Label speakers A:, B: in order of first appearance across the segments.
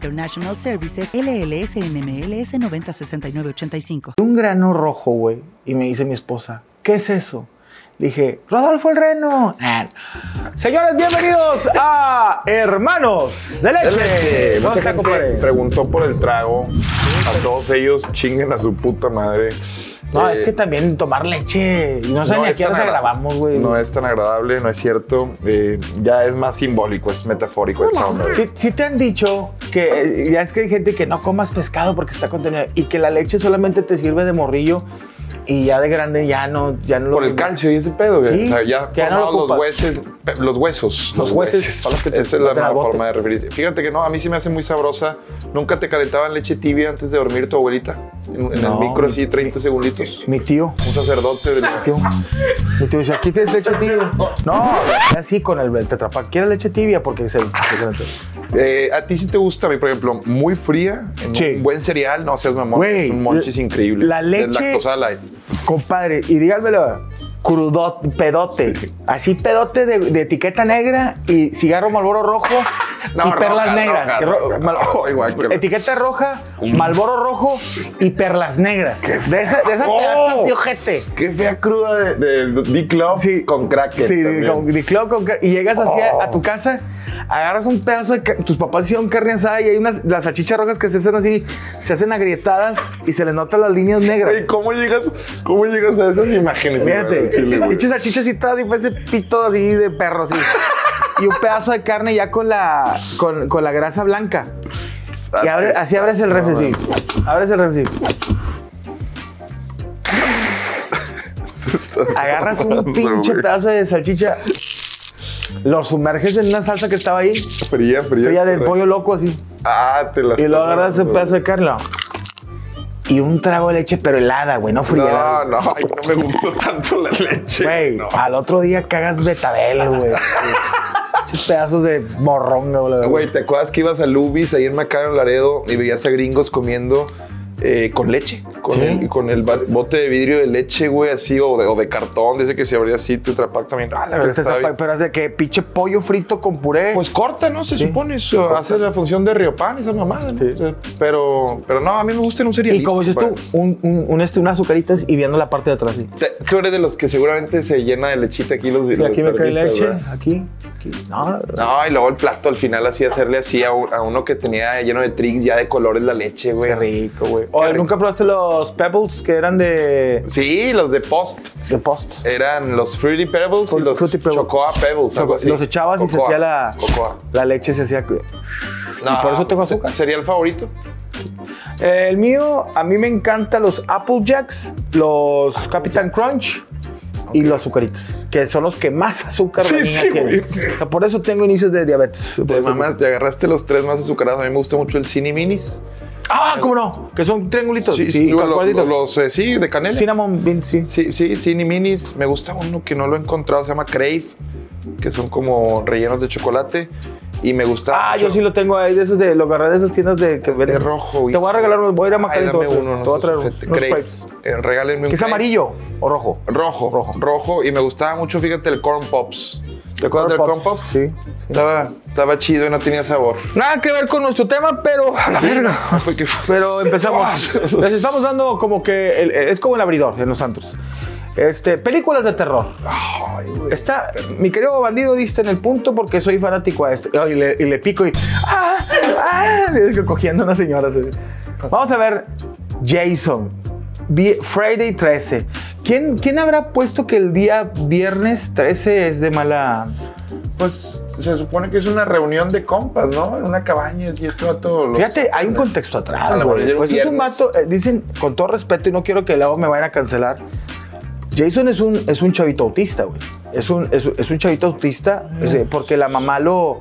A: International Services LLS NMLS 906985.
B: Un grano rojo, güey. Y me dice mi esposa, ¿qué es eso? Le dije, Rodolfo el Reno. Ah. Señores, bienvenidos a Hermanos de Leche.
C: Leche.
B: ¿Cómo
C: Mucha
B: está,
C: gente
B: compadre?
C: preguntó por el trago. A todos ellos chinguen a su puta madre.
B: No,
C: Eh,
B: es que también tomar leche. Y no sé ni a
C: es
B: qué hora
C: tan
B: se
C: agra-
B: grabamos, güey.
C: No es tan agradable, no es cierto. Eh, ya es más simbólico, es metafórico esta onda.
B: Si, te han dicho que eh, ya es que hay gente que no comas pescado porque está contenido y que la leche solamente te sirve de morrillo y ya de grande ya no, ya no lo-
C: Por el calcio y ese pedo, güey.
B: Sí,
C: o sea, ya
B: que ya no lo
C: formados
B: ocupas.
C: los, hueses, pe- los huesos.
B: Los hueses son los que te-
C: Esa es
B: no
C: la
B: te la
C: nueva
B: botan.
C: forma de referirse. Fíjate que no, a mí sí me hace muy sabrosa. Nunca te calentaban leche tibia antes de dormir tu abuelita. En, en
B: No,
C: el micro,
B: mi-
C: así, 30 segunditos.
B: Mi tío.
C: Un sacerdote de
B: tío, Mi tío dice, aquí tienes leche tibia. No, así con el tetrapac. ¿Quieres leche tibia? Porque se... porque se-
C: Eh, ¿A ti sí te gusta, mi, por ejemplo, muy fría? en
B: Sí.
C: Un buen cereal, no seas mamón.
B: Güey,
C: es un monchis
B: la-
C: increíble.
B: la leche-
C: Lactosa light.
B: Compadre, y dígamelo, crudot, pedote.
C: Sí.
B: Así pedote de, de etiqueta negra y cigarro malboro rojo
C: No,
B: y
C: roja,
B: perlas negras.
C: roja,
B: Y ro-
C: roja.
B: mal-
C: Ay, guay, qué-
B: etiqueta roja,
C: Mm.
B: malboro rojo y perlas negras. De esa, de esa
C: Oh.
B: pedata así, ojete.
C: Qué fea cruda de, de D-Club
B: Sí.
C: con cracker.
B: Sí,
C: también.
B: con- de club con car- y llegas así a-
C: Oh.
B: a, tu casa, agarras un pedazo de car- tus papás hicieron carne asada y hay unas las salchichas rojas que se hacen así, se hacen agrietadas y se les notan las líneas negras.
C: Güey, ¿cómo llegas, ¿Cómo llegas a esas imágenes? güey, al chile,
B: Fíjate,
C: güey?
B: eches salchichas y todo, y pues ese pito así de perro, así. Y un pedazo de carne ya con la, con, con la grasa blanca. Y abre-
C: Ah,
B: así abres el refri, sí. Abres el refri. Agarras un pinche pedazo de salchicha, lo sumerges en una salsa que estaba ahí,
C: Fría, fría.
B: fría del
C: correcto.
B: pollo loco así.
C: Ah, te la
B: Y lo
C: estás
B: agarras un
C: dando,
B: pedazo de carne. lo- Y un trago de leche, pero helada, güey, no
C: güey.
B: fría.
C: No, no, ay, no me gustó tanto la leche.
B: Güey,
C: no.
B: al otro día cagas betabel, güey. Esos pedazos de morronga, güey.
C: Ah, Güey, ¿te acuerdas que ibas a Lubis ahí en Macaron Laredo y veías a gringos comiendo eh, con leche? Con,
B: Sí.
C: el, con el ba- bote de vidrio de leche, güey, así, o de, o de cartón, dice que se abría así, tu trapac también. Ah, la
B: Pero,
C: verdad
B: este
C: estaba
B: está-
C: bien.
B: pero hace que pinche pollo frito con puré.
C: Pues corta, ¿no? Se supone. eso,
B: corta.
C: hace la función de Riopan, esa mamada, ¿no?
B: Sí.
C: O sea, Pero, pero no, a mí me gusta en un cereal.
B: y como dices tú, un, un- un este, unas azucaritas y viendo la parte de atrás. Sí,
C: tú eres de los que seguramente se llena de lechita aquí los
B: Sí,
C: las
B: aquí me cae
C: tarditas,
B: leche,
C: ¿verdad?
B: aquí, aquí. No,
C: No, y luego el plato al final así hacerle así a, un- a uno que tenía lleno de tricks ya de colores la leche, güey.
B: qué rico, güey.
C: Qué
B: Oye,
C: rico.
B: ¿nunca probaste los pebbles que eran de,
C: Sí, los de post.
B: de post?
C: eran los Fruity Pebbles y
B: Fruity
C: los
B: Pebbles.
C: Chocoa Pebbles, algo así.
B: Los echabas y se
C: Cocoa,
B: hacía la,
C: Cocoa.
B: la leche, se hacía...
C: No,
B: por eso tengo azúcar?
C: ¿Sería el favorito? Pues
B: Eh, El mío, a mí me encantan los Apple Jacks, los Captain Crunch y los azucaritos, que son los que más azúcar la
C: Sí,
B: niña
C: sí,
B: tiene.
C: güey.
B: O sea, Por eso tengo inicios de diabetes. Por
C: Te
B: eso-
C: mamás, te agarraste los tres más azucarados. A mí me gusta mucho el Cini Minis.
B: Ah, ¿cómo no? Que son triangulitos.
C: Sí,
B: Sí,
C: sí, lo-
B: cuadraditos.
C: los, eh, sí, de canela.
B: Cinnamon beans, sí.
C: Sí, sí, Cini Minis. Me gusta uno que no lo he encontrado, se llama Crave, que son como rellenos de chocolate. Y me gusta.
B: Ah,
C: mucho.
B: yo sí lo tengo ahí, de esos de, lo agarré de esas tiendas de que venden.
C: De rojo, güey.
B: Te voy a regalar, unos, voy a ir a Macal
C: Ay,
B: y te voy
C: dame
B: a traer-
C: uno, no
B: te voy a traer
C: seas
B: unos,
C: ojete.
B: unos
C: Grape.
B: crepes.
C: Eh, regálenme un
B: ¿Que es
C: grape.
B: amarillo o rojo?
C: Rojo,
B: Rojo.
C: rojo, rojo. Y me gustaba mucho, fíjate, el corn pops. ¿Te acuerdas del corn pops?
B: Sí.
C: Estaba, estaba chido y no tenía sabor.
B: Nada que ver con nuestro tema, pero a la verga.
C: Fue que fue.
B: Pero empezamos. Les estamos dando como que el- es como el abridor en los Santos. Este, películas de terror. Está, mi querido bandido, diste en el punto porque soy fanático a esto. Oh, Y le, y le pico y. ¡Ah! ¡Ah! Y es que Cogiendo a una señora. así. Vamos a ver. Jason. Vi- Friday 13. ¿Quién, ¿Quién habrá puesto que el día viernes 13 es de mala.
C: Pues se supone que es una reunión de compas, ¿no? En una cabaña, y este esto a todos los.
B: Fíjate, hay un contexto
C: A
B: atrás,
C: lo mejor
B: güey.
C: era un
B: Pues es un
C: viernes.
B: vato, eh, dicen, con todo respeto, y no quiero que luego me vayan a cancelar. Jason es un, es un chavito autista, güey. Es un, es, un- es un chavito autista ese, porque la mamá lo,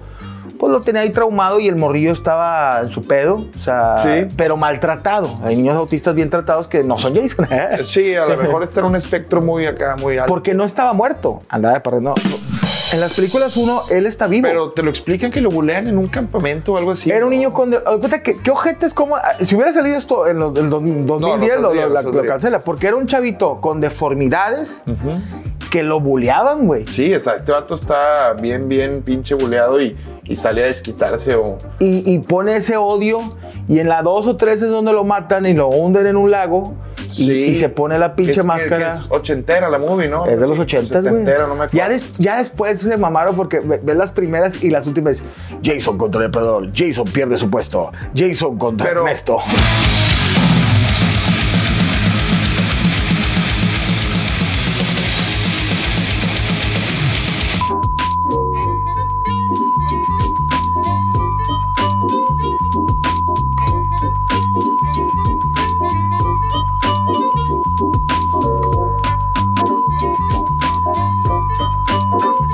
B: pues lo tenía ahí traumado y el morrillo estaba en su pedo, o sea,
C: Sí.
B: pero maltratado. Hay niños autistas bien tratados que no son Jason. ¿eh?
C: Eh, Sí, a lo mejor está en un espectro muy acá, muy alto.
B: Porque no estaba muerto. Andaba de parrón, no. En las películas uno, él está vivo.
C: Pero te lo explican que lo bulean en un campamento o algo así.
B: Era un
C: ¿no?
B: niño con. de- ah, puta, ¿Qué, qué ojetes? ¿Cómo? ah, Si hubiera salido esto en los- el dos- 2010,
C: no
B: lo,
C: saldría,
B: lo-
C: no
B: la-
C: saldría.
B: lo cancela. Porque era un chavito con deformidades que lo buleaban, güey.
C: Sí, o sea, este vato está bien, bien pinche buleado y, y sale a desquitarse o.
B: Y, y pone ese odio. Y en la 2 o 3 es donde lo matan y lo hunden en un lago. Y, y se pone la pinche
C: Es que-
B: máscara.
C: que es ochentera la movie, ¿no?
B: Es de
C: Sí,
B: los 80, güey.
C: setentera, no me acuerdo.
B: ya, des- ya después se mamaron porque ve- ves las primeras y las últimas. Jason contra el depredador. Jason pierde su puesto. Jason contra
C: Pero-
B: Ernesto.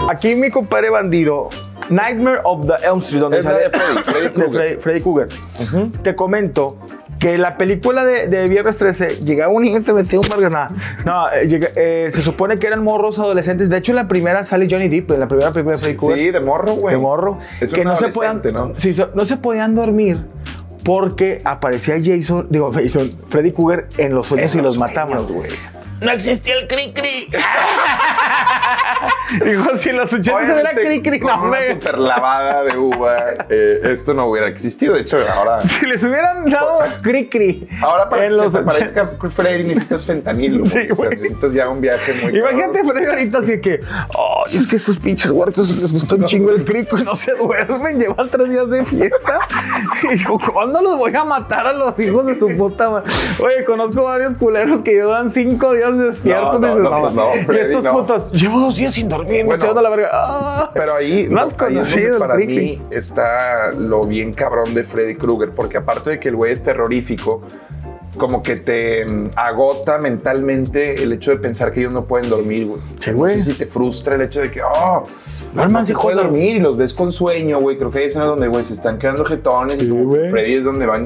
B: Aquí mi compadre bandido, Nightmare of the Elm Street, donde
C: Es la
B: sale
C: de Freddy, Freddy
B: de
C: Krueger.
B: Freddy- Freddy Krueger. Te comento que la película de, de Viernes 13 llegaba un niño y te metía un marganada. No, eh, llega- eh, se supone que eran morros adolescentes. De hecho, en la primera sale Johnny Depp, en la primera película de Freddy Krueger.
C: Sí, de morro, güey.
B: de morro.
C: Es
B: que
C: un
B: no se, podían,
C: adolescente, ¿no?
B: sí, so- no se podían dormir porque aparecía Jason, digo, Jason, Freddy Krueger en los sueños
C: En
B: y los
C: los sueños,
B: matamos.
C: güey.
B: No existía el cri-cri. Digo, si en los 80 se hubiera
C: Obviamente,
B: cri-cri,
C: con
B: no,
C: una
B: hombre.
C: super lavada de uva, eh, esto no hubiera existido. De hecho, ahora,
B: Si les hubieran dado cri-cri.
C: ahora para
B: en
C: que se
B: los
C: te
B: 80.
C: parezca Freddy necesitas fentanilo.
B: Sí,
C: güey. O sea,
B: güey.
C: necesitas ya un viaje muy.
B: Imagínate,
C: cabrón.
B: Freddy, ahorita así de que, oh, es que estos pinches huertos les gusta un chingo el crico y no se duermen, llevan tres días de fiesta. Y digo, ¿cuándo los voy a matar a los hijos de su puta madre? Oye, conozco varios culeros que llevan cinco días despiertos
C: No,
B: y, dices,
C: no, no, pues no,
B: y
C: Freddy,
B: estos
C: no.
B: putos, llevo dos días sin dormir, me
C: Bueno,
B: estoy dando la verga. Ah.
C: Pero ahí,
B: no has
C: ahí es donde
B: conocido el
C: para
B: crico.
C: mí está lo bien cabrón de Freddy Krueger, porque aparte de que el güey es terrorífico, como que te mm, agota mentalmente el hecho de pensar que ellos no pueden dormir, güey.
B: Sí, güey.
C: No sé si te frustra el hecho de que, oh,
B: Duerman,
C: se
B: hijos
C: puede
B: de-
C: dormir y los ves con sueño, güey. Creo que hay escenas donde, güey, se están quedando jetones
B: Sí,
C: y como que
B: güey.
C: Freddy es donde van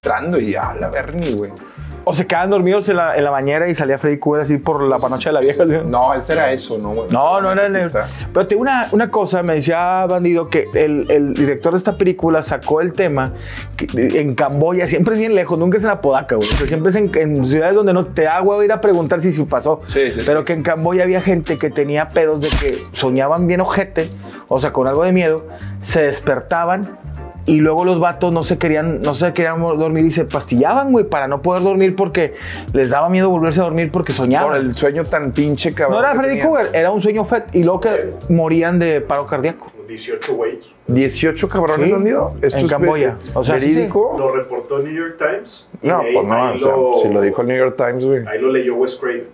C: entrando y a la Bernie, güey.
B: O se quedaban dormidos en la, en la bañera y salía Freddy Krueger así por la panocha de la vieja. así.
C: No, ese era eso, ¿no, güey?
B: No, no era en
C: Aquí
B: el.
C: está.
B: Pero te digo una, una cosa, me decía "Ah, Bandido que el, el director de esta película sacó el tema que- en Camboya, siempre es bien lejos, nunca es en Apodaca, güey. pero siempre es en, en ciudades donde no te da huevo ir a preguntar si, si pasó.
C: Sí, sí,
B: Pero
C: sí.
B: que en Camboya había gente que tenía pedos de que soñaban bien ojete, o sea, con algo de miedo, se despertaban. Y luego los vatos no se querían, no se querían dormir y se pastillaban, güey, para no poder dormir porque les daba miedo volverse a dormir porque soñaban.
C: Por el sueño tan pinche
B: No
C: cabrón.
B: era
C: que
B: Freddy
C: tenía.
B: Krueger, era un sueño FET y luego que morían de paro cardíaco.
D: 18 güeyes.
C: 18 cabrones
B: Sí,
C: bandido.
B: en Camboya. O
C: O
B: sea,
C: sea,
B: sí, sí.
C: verídico.
D: Lo reportó New York Times. y
C: No,
D: de ahí-
C: pues no, o
D: ahí
C: sea, si lo dijo el Ah, New York Times, güey.
D: Ahí lo leyó Wes Craven.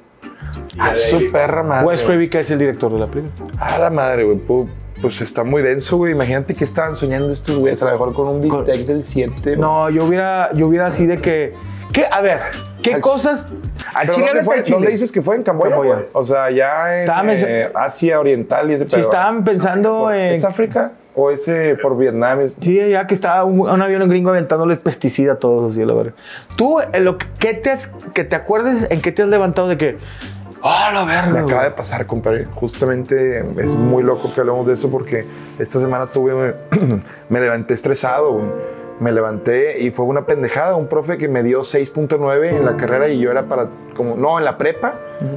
D: Y ya
C: A
D: de ahí
C: su
D: dijo,
C: perra madre.
B: Wes
C: Pues, güey.
B: Craven, que es el director de la película.
C: A la madre, güey. Pu- Pues está muy denso, güey. Imagínate que estaban soñando estos güeyes, a lo mejor con un bistec del 7.
B: No, yo hubiera, yo hubiera así de que. ¿Qué? A ver, ¿qué
C: Al-
B: cosas? Al
C: ¿Pero
B: chile
C: dónde,
B: eres
C: fue?
B: al chile.
C: ¿Dónde dices que fue? ¿En Camboya?
B: Camboya.
C: güey? O sea, ya en
B: Estaban-
C: eh, Asia Oriental y ese
B: Sí,
C: pedo.
B: estaban pensando en.
C: ¿Es África? ¿O ese por Vietnam? Es-
B: Sí, ya que estaba un, un avión en gringo aventándole pesticida a todos, así, la verga. Tú, en lo que, ¿qué te, has- que te acuerdes, ¿en qué te has levantado de que. ¡Oh, la
C: Me
B: verga!
C: acaba
B: güey"?
C: de pasar, compadre. Justamente es muy loco que hablemos de eso porque esta semana tuve. me levanté estresado, güey. Me levanté y fue una pendejada. Un profe que me dio 6.9 en la carrera y yo era para. como No, en la prepa.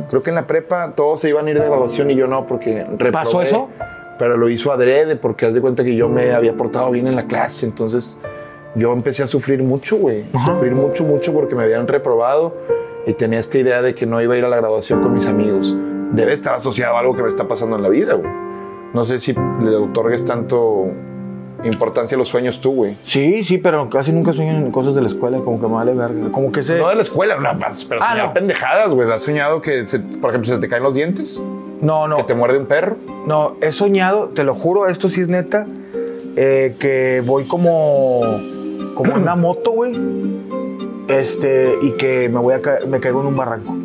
C: Creo que en la prepa todos se iban a ir de graduación y yo no, porque reprobé.
B: ¿Pasó eso?
C: pero lo hizo adrede porque haz de cuenta que yo me había portado bien en la clase, entonces yo empecé a sufrir mucho, güey, sufrir mucho, mucho porque me habían reprobado y tenía esta idea de que no iba a ir a la graduación con mis amigos. Debe estar asociado a algo que me está pasando en la vida, güey. No sé si le otorgues tanto importancia a los sueños tú, güey.
B: Sí, sí, pero casi nunca sueño en cosas de la escuela, como que me vale verga. Como que se.
C: No de la escuela, no, mas- pero
B: Ah,
C: soñar
B: no.
C: pendejadas, güey. ¿Has soñado que, se- por ejemplo, se te caen los dientes?
B: No, no.
C: ¿Que te muerde un perro?
B: No, he soñado, te lo juro, esto sí es neta, eh, que voy como, como en una moto, güey, este, y que me voy a ca- me caigo en un barranco.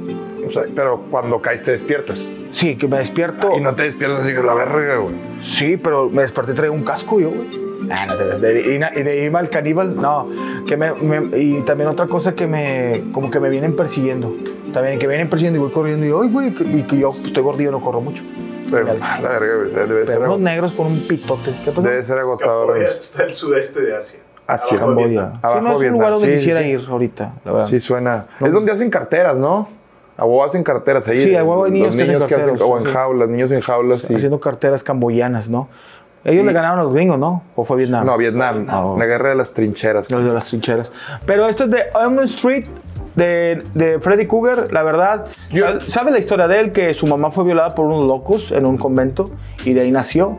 C: O sea, pero cuando caes te despiertas.
B: Sí, que me despierto.
C: Y no te despiertas así que la verga, güey.
B: Sí, pero me desperté traía un casco yo, güey. Ah, no te creas, de, y na- y de Ima al caníbal, no. Que me, me- y también otra cosa que me, como que me vienen persiguiendo. También que vienen persiguiendo y voy corriendo y, ay, güey, que- y que yo pues, estoy gordillo, no corro mucho.
C: Pero,
B: Dale.
C: ah, la verga, güey. Debe ser,
B: Pero unos
C: agot-
B: negros con un pitote. ¿Qué pasó?
C: debe ser agotador.
D: Camboya
C: güey.
D: está el sudeste de Asia.
C: Hacia
D: Abajo de
C: Camboya.
D: Vietnam.
B: Sí,
C: Abajo
B: no es un
C: Vietnam,
B: lugar donde
C: sí, sí,
B: quisiera
C: sí.
B: ir ahorita, la verdad.
C: Sí, suena. Es donde hacen carteras, ¿no? A huevo hacen carteras ahí.
B: Sí, a huevo hay niños
C: los
B: que hacen
C: niños que hacen,
B: carteras,
C: o en
B: sí.
C: jaulas, niños en jaulas. y-
B: Haciendo carteras camboyanas, ¿no? Ellos
C: Y-
B: le ganaron a los gringos, ¿no? ¿O fue Vietnam?
C: No, Vietnam.
B: Ah, bueno.
C: La guerra de las trincheras.
B: Los de las trincheras. Pero esto es de Elm Street, de, de Freddy Cougar, la verdad.
C: Yo-
B: ¿Sabe, sabe la historia de él? Que su mamá fue violada por unos locos en un convento y de ahí nació.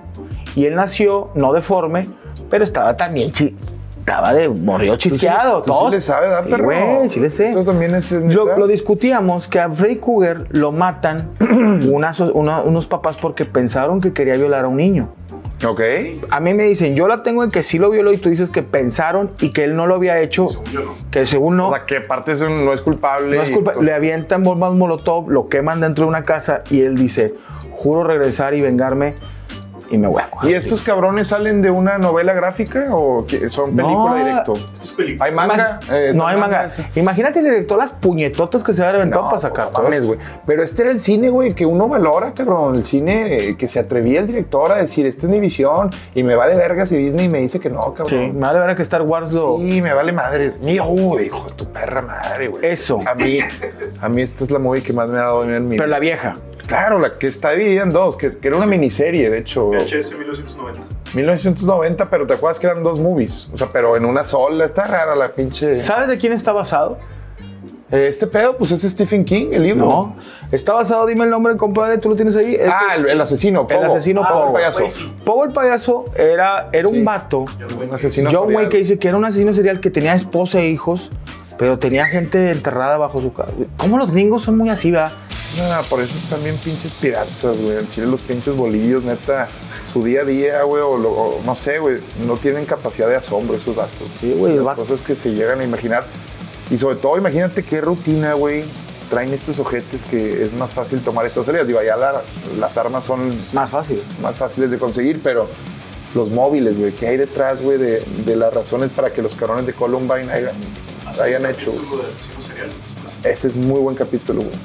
B: Y él nació, no deforme, pero estaba también chi- Estaba de morrió chisqueado.
C: tú sí
B: todo.
C: le sabes, ¿verdad,
B: Sí,
C: perro?
B: güey, sí le sé.
C: Eso también es- es
B: Lo,
C: neta.
B: lo discutíamos que a Freddy Cougar lo matan unas- una- unos papás porque pensaron que quería violar a un niño
C: Ok.
B: a mí me dicen, yo la tengo en que sí lo violó y tú dices que pensaron y que él no lo había hecho, que según no,
C: O sea, que aparte es un- no es culpable.
B: no es
C: y
B: culpa,
C: entonces-
B: le avientan bombas molotov, lo queman dentro de una casa y él dice, juro regresar y vengarme y me voy a coger.
C: ¿Y estos cabrones salen de una novela gráfica o que son
B: No,
C: película directo?
D: Es película.
C: ¿Hay manga? Eh,
B: no
C: ¿está
B: hay manga.
C: ese?
B: Imagínate el director las puñetotas que se había aventado
C: No,
B: para sacar.
C: no mames, güey. Pero este era el cine, güey, que uno valora, cabrón. El cine eh, que se atrevía el director a decir, esta es mi visión y me vale vergas y Disney me dice que no,
B: Sí,
C: cabrón.
B: me vale ver que Star Wars lo...
C: Sí, me vale madres. Mío, güey, hijo de tu perra madre, güey.
B: Eso.
C: A mí, a mí esta es la movie que más me ha dado en mi
B: Pero la vieja.
C: Claro, la que está dividida en dos, que, que era una miniserie, de hecho.
D: VHS 1990.
C: 1990, pero te acuerdas que eran dos movies. O sea, pero en una sola. Está rara la pinche.
B: ¿Sabes de quién está basado?
C: Eh, Este pedo, pues es Stephen King, el libro.
B: No. Está basado, dime el nombre, compadre, tú lo tienes ahí. Es
C: Ah, el, el asesino.
B: El
C: Pogo.
B: asesino
C: Ah,
B: Pogo.
C: el payaso.
B: Pogo el payaso era, era
C: Sí.
B: un vato,
C: Un asesino.
B: John Wayne,
C: serial.
B: que dice que era un asesino serial que tenía esposa e hijos, pero tenía gente enterrada bajo su casa. ¿Cómo los gringos son muy así, va?
C: Ah, por eso están bien pinches piratas, güey. En Chile los pinches bolillos, neta. Su día a día, güey, o, lo- o no sé, güey. No tienen capacidad de asombro esos datos.
B: Sí, güey, el
C: Las
B: vato.
C: cosas que se llegan a imaginar. Y sobre todo, imagínate qué rutina, güey, traen estos ojetes que es más fácil tomar estas áreas. Digo, allá la- las armas son
B: Más fácil.
C: más fáciles de conseguir, pero los móviles, güey, que hay detrás, güey, de, de las razones para que los cabrones de Columbine hayan, hayan hecho? güey?
D: Algo de asesino serial.
C: Ese es muy buen capítulo, güey.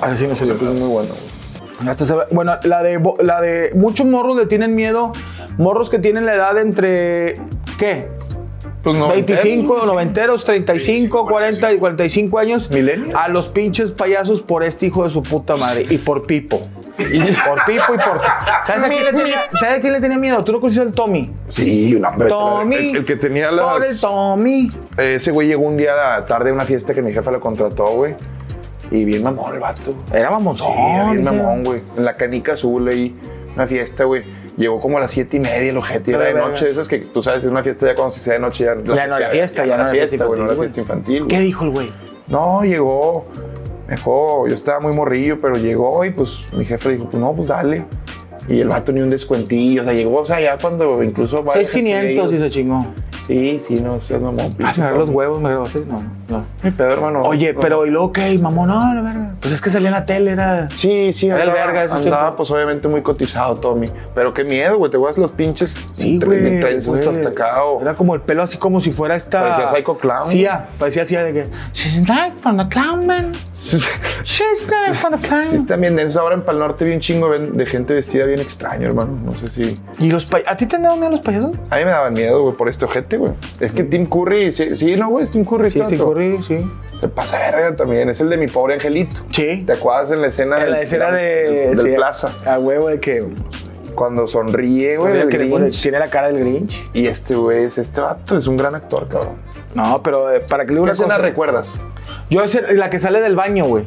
B: Asesino
C: Ese es
B: serial.
C: muy bueno, güey.
B: Ya te sabe- Bueno, la de, bo- la de muchos morros le tienen miedo, morros que tienen la edad entre, ¿qué?
D: Pues
B: 25, noventeros, 35, 40 y 45 años.
C: Millennials.
B: A los pinches payasos por este hijo de su puta madre. Y por Pipo. por Pipo y por. ¿Sabes a quién le tenía, ¿sabes a quién le tenía miedo? ¿Tú no conocías al Tommy?
C: Sí, un hombre.
B: Tommy.
C: El, el que tenía las...
B: Pobre Tommy.
C: Eh, Ese güey llegó un día a la tarde a una fiesta que mi jefa lo contrató, güey. Y bien mamón el vato.
B: Era mamonzón.
C: Sí, bien
B: ese.
C: mamón, güey. En la canica azul ahí, una fiesta, güey. Llegó como a las siete y media, el ojete era de
B: Pero,
C: noche. Esas que tú sabes, es una fiesta ya cuando se sea de noche. Ya,
B: Ya no era fiesta, ya no era fiesta
C: güey, no era
B: infantil,
C: fiesta infantil.
B: ¿Qué
C: güey.
B: dijo el güey?
C: No, llegó. Mejor, yo estaba muy morrillo, pero llegó y pues mi jefe dijo, pues no, pues dale. Y el vato ni un descuentillo, o sea, llegó, o sea, ya cuando incluso... varios
B: 6500 y
C: cachilleros-
B: se chingó.
C: Sí, sí, no seas mamón.
B: Ah,
C: pinche
B: me agarró los
C: Tommy.
B: huevos, me agarró así. No, no.
C: Mi pedo, hermano.
B: Oye,
C: No.
B: pero ¿y luego qué? Mamón, no, la verga. Pues es que salía en la tele, era.
C: Sí, sí,
B: Era el
C: andaba-
B: verga de esos
C: andaba,
B: tiempos.
C: pues obviamente muy cotizado, Tommy. Pero qué miedo, güey. Te guardas los pinches
B: Sí,
C: tre-
B: güey.
C: trenzas
B: güey.
C: hasta acá. o-
B: Era como el pelo así como si fuera esta.
C: Parecía Psycho Clown.
B: Sia, parecía Sia de que. She's not from the clown, man. She's not from the
C: Sí,
B: clown.
C: están bien densos. Ahora en Pal Norte vi un chingo ven- de gente vestida bien extraño, hermano. No sé si.
B: ¿Y los pay- ¿A ti te han dado miedo los payasos?
C: A mí me daban miedo, güey, por este ojete, güey. Es que Tim Curry, sí, sí, no, güey, es Tim Curry.
B: Sí,
C: este
B: sí,
C: vato.
B: corrí, sí.
C: Se pasa de verga también. Es el de mi pobre angelito.
B: Sí.
C: ¿Te acuerdas en la escena
B: En la
C: del-
B: escena de.
C: del, del
B: sí,
C: plaza?
B: A huevo de que.
C: Cuando sonríe, güey,
B: Oye,
C: el
B: que le pone-
C: Grinch.
B: Tiene la cara del Grinch.
C: Y este güey es este vato, es un gran actor, cabrón.
B: No, pero eh, para que le diga
C: ¿Qué
B: una
C: escena
B: cosa.
C: recuerdas?
B: Yo es el- la que sale del baño, güey.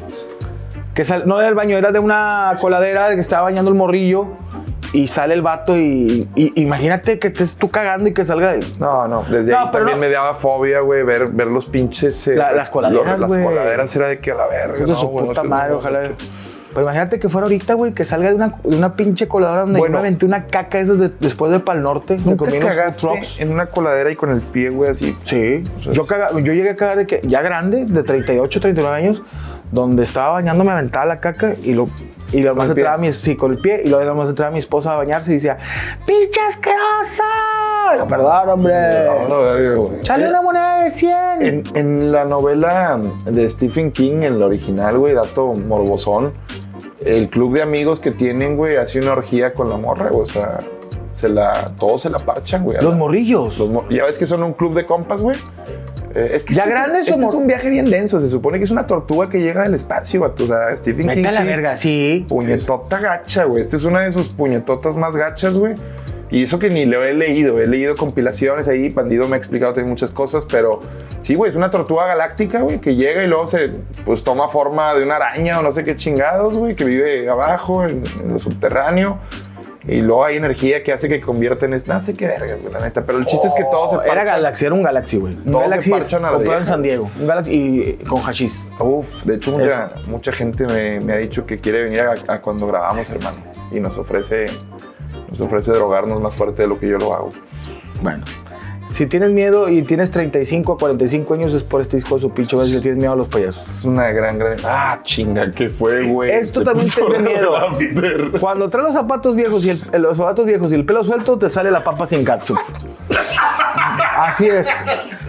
B: Que sal- no del baño, era de una coladera que estaba bañando el morrillo y sale el vato y, y- imagínate que estés tú cagando y que salga
C: No, no, desde
B: No,
C: ahí
B: pero
C: también
B: no.
C: me daba fobia, güey, ver, ver los pinches. eh,
B: La- las coladeras,
C: los- Las
B: güey.
C: coladeras era de que a la verga.
B: de
C: no,
B: su
C: güey, no
B: puta
C: sé,
B: madre,
C: no,
B: ojalá. Pues imagínate que fuera ahorita, güey, que salga de una, de una pinche coladora donde yo
C: Bueno.
B: me aventé una caca esas de- después de Pal Norte. que
C: ¿Nunca
B: comí unos food trucks.
C: cagaste en una coladera y con el pie, güey, así?
B: Sí, yo, caga- yo llegué a cagar de que ya grande, de 38, 39 años, donde estaba bañando me aventaba la caca y lo y lo más
C: el pie.
B: entraba mi sí, con el pie y luego lo más entraba mi esposa a bañarse y decía, "Pinche asqueroso." Lo, Perdón, hombre.
C: No, la verga, güey. Eh,
B: Chale una moneda de 100.
C: En, en la novela de Stephen King, en la original, güey, dato morbosón, el club de amigos que tienen, güey, hace una orgía con la morra, güey. O sea, se la, todos se la parchan, güey. a
B: Los
C: la-
B: morrillos.
C: Los mor- ya ves que son un club de compas, güey. Eh, es que
B: ¿Ya
C: este es un-
B: grandes o
C: este
B: mor-
C: es un viaje bien denso. Se supone que es una tortuga que llega del espacio, vato. O sea, Stephen
B: Vete
C: King.
B: a la
C: sí,
B: verga, sí.
C: Puñetota gacha, güey. Esta es una de sus puñetotas más gachas, güey. Y eso que ni lo he leído. He leído compilaciones ahí. Pandido me ha explicado también muchas cosas, pero sí, güey. Es una tortuga galáctica, güey, que llega y luego se, pues, toma forma de una araña o no sé qué chingados, güey, que vive abajo, en, en lo subterráneo. Y luego hay energía que hace que convierten en... No sé qué vergas, güey, la neta. Pero el chiste es que todo se
B: Oh, Era
C: parchan.
B: Galaxy, era un Galaxy, güey. Un
C: Todos se
B: Galaxy
C: parchan a la
B: comprado en
C: vieja.
B: San Diego. Un Galaxy y con hashish.
C: Uf, de hecho mucha, mucha gente me, me ha dicho que quiere venir a, a cuando grabamos, hermano. Y nos ofrece, nos ofrece drogarnos más fuerte de lo que yo lo hago.
B: Bueno. Si tienes miedo y tienes 35 a 45 años es por este hijo de su pinche madre si le tienes miedo a los payasos.
C: Es una gran, gran... Ah, chinga, ¿qué fue, güey?
B: Esto
C: Se
B: también
C: puso
B: tengo miedo.
C: rápido.
B: Cuando traes los zapatos viejos y el, los zapatos viejos y el pelo suelto, te sale la papa sin catsup. Así es.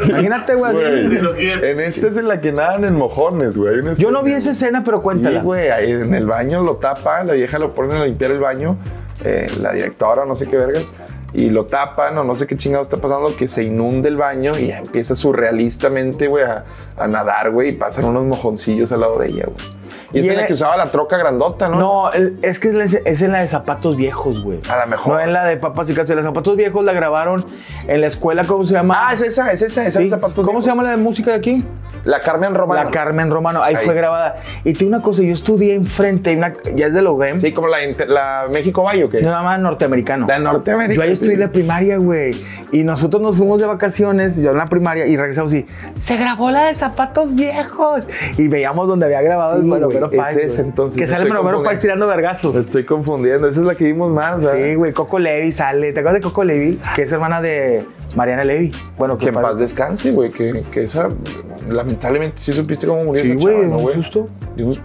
B: Imagínate, güey. así.
C: Güey, En esta es en la que nadan en este mojones, güey. Hay una
B: Yo no
C: escena-
B: vi esa escena, pero cuéntala.
C: Sí, güey, ahí en el baño lo tapa, la vieja lo pone a limpiar el baño, eh, la directora, no sé qué vergas, y lo tapan o no sé qué chingados está pasando, que se inunde el baño y ya empieza surrealistamente, güey, a, a nadar, güey, y pasan unos mojoncillos al lado de ella, güey. Y, es
B: Y
C: en la
B: era-
C: que usaba la troca grandota, ¿no?
B: No, el- es que es, la- es en la de zapatos viejos, güey.
C: A la mejor.
B: No en la de papas y catsup. Los zapatos viejos la grabaron en la escuela, ¿cómo se llama?
C: Ah, es esa, es esa, es
B: Sí.
C: esa zapatos.
B: ¿Cómo se llama la de música de aquí?
C: La Carmen Romana.
B: La Carmen Romano, ahí,
C: Ahí.
B: fue grabada. Y tiene una cosa, yo estudié enfrente, hay una, ya es de la UGEM,
C: Sí, como la, inter- la México Valle, ¿o qué?
B: nada más norteamericano.
C: La norteamericana.
B: Yo ahí estudié la primaria, güey. Y nosotros nos fuimos de vacaciones, yo en la primaria, y regresamos y se grabó la de zapatos viejos. Y veíamos donde había grabado
C: Sí,
B: el
C: güey,
B: Romero
C: es
B: Páez. güey.
C: ese entonces,
B: Que
C: me
B: sale
C: estoy Pues,
B: Romero Páez
C: confundiendo.
B: tirando
C: Me
B: vergazos.
C: estoy confundiendo, esa es la que vimos más, ¿verdad?
B: Sí, güey, Coco Levi sale. ¿Te acuerdas de Coco Levi? Que es hermana de Mariana Levi. Bueno,
C: Que en
B: padre-
C: paz descanse, güey. Que, que esa, lamentablemente, sí supiste cómo murió
B: Sí,
C: esa
B: güey,
C: chava, ¿no,
B: un
C: güey?
B: susto.
C: De un-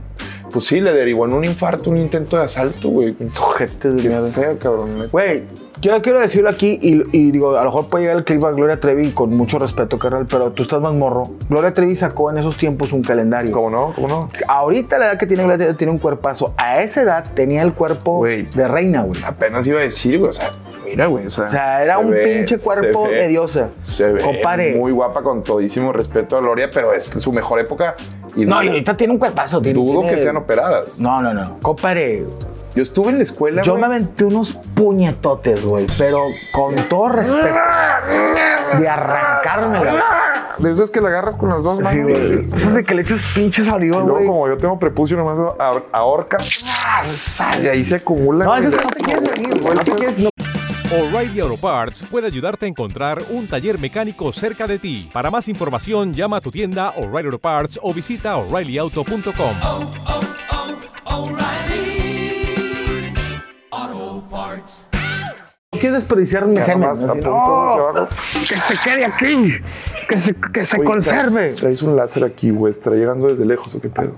C: Pues sí, le derivó en un infarto, un intento de asalto, güey.
B: Ojete de
C: Qué
B: mierda.
C: feo, cabrón. neta.
B: Güey, yo quiero decirlo aquí y, y digo, a lo mejor puede llegar el clip a Gloria Trevi con mucho respeto, carnal, pero tú estás más morro. Gloria Trevi sacó en esos tiempos un calendario.
C: ¿Cómo no? ¿Cómo no?
B: Ahorita la edad que tiene Gloria Trevi tiene un cuerpazo. A esa edad tenía el cuerpo
C: Güey.
B: de reina, güey.
C: Apenas iba a decir, güey. O sea, mira, güey. O sea,
B: O sea, era
C: se
B: un
C: ve-
B: pinche
C: se
B: cuerpo
C: ve-
B: de diosa.
C: Se ve
B: Compadre.
C: muy guapa, con todísimo respeto a Gloria, pero es su mejor época. Y
B: No,
C: dudo-
B: y ahorita tiene un cuerpazo. Tiene,
C: Dudo
B: tiene-
C: que sean operadas.
B: No, no, no. Compadre,
C: Yo estuve en la escuela,
B: yo
C: güey.
B: me aventé unos puñetotes, güey, pero con todo respeto. De arrancármela. güey.
C: De esas que la agarras con las dos manos.
B: Sí, güey. Eso es de que le echas pinche saliva,
C: Y luego,
B: güey.
C: como yo tengo prepucio, nomás lo ahor- ahorca. Y ahí se acumula.
B: No, eso es
C: güey.
B: que no te quieres venir, güey. No te quieres, no
E: O'Reilly Auto Parts puede ayudarte a encontrar un taller mecánico cerca de ti. Para más información, llama a tu tienda O'Reilly Auto Parts o visita oreillyauto.com.
B: quieres desperdiciar mi
C: Ya
B: semen.
C: nomás
B: Así,
C: apunto
B: no,
C: hacia abajo.
B: que se quede aquí. Que se, que se
C: Oye,
B: conserve.
C: Traes, traes un láser aquí, güey. Está llegando desde lejos, ¿o qué pedo?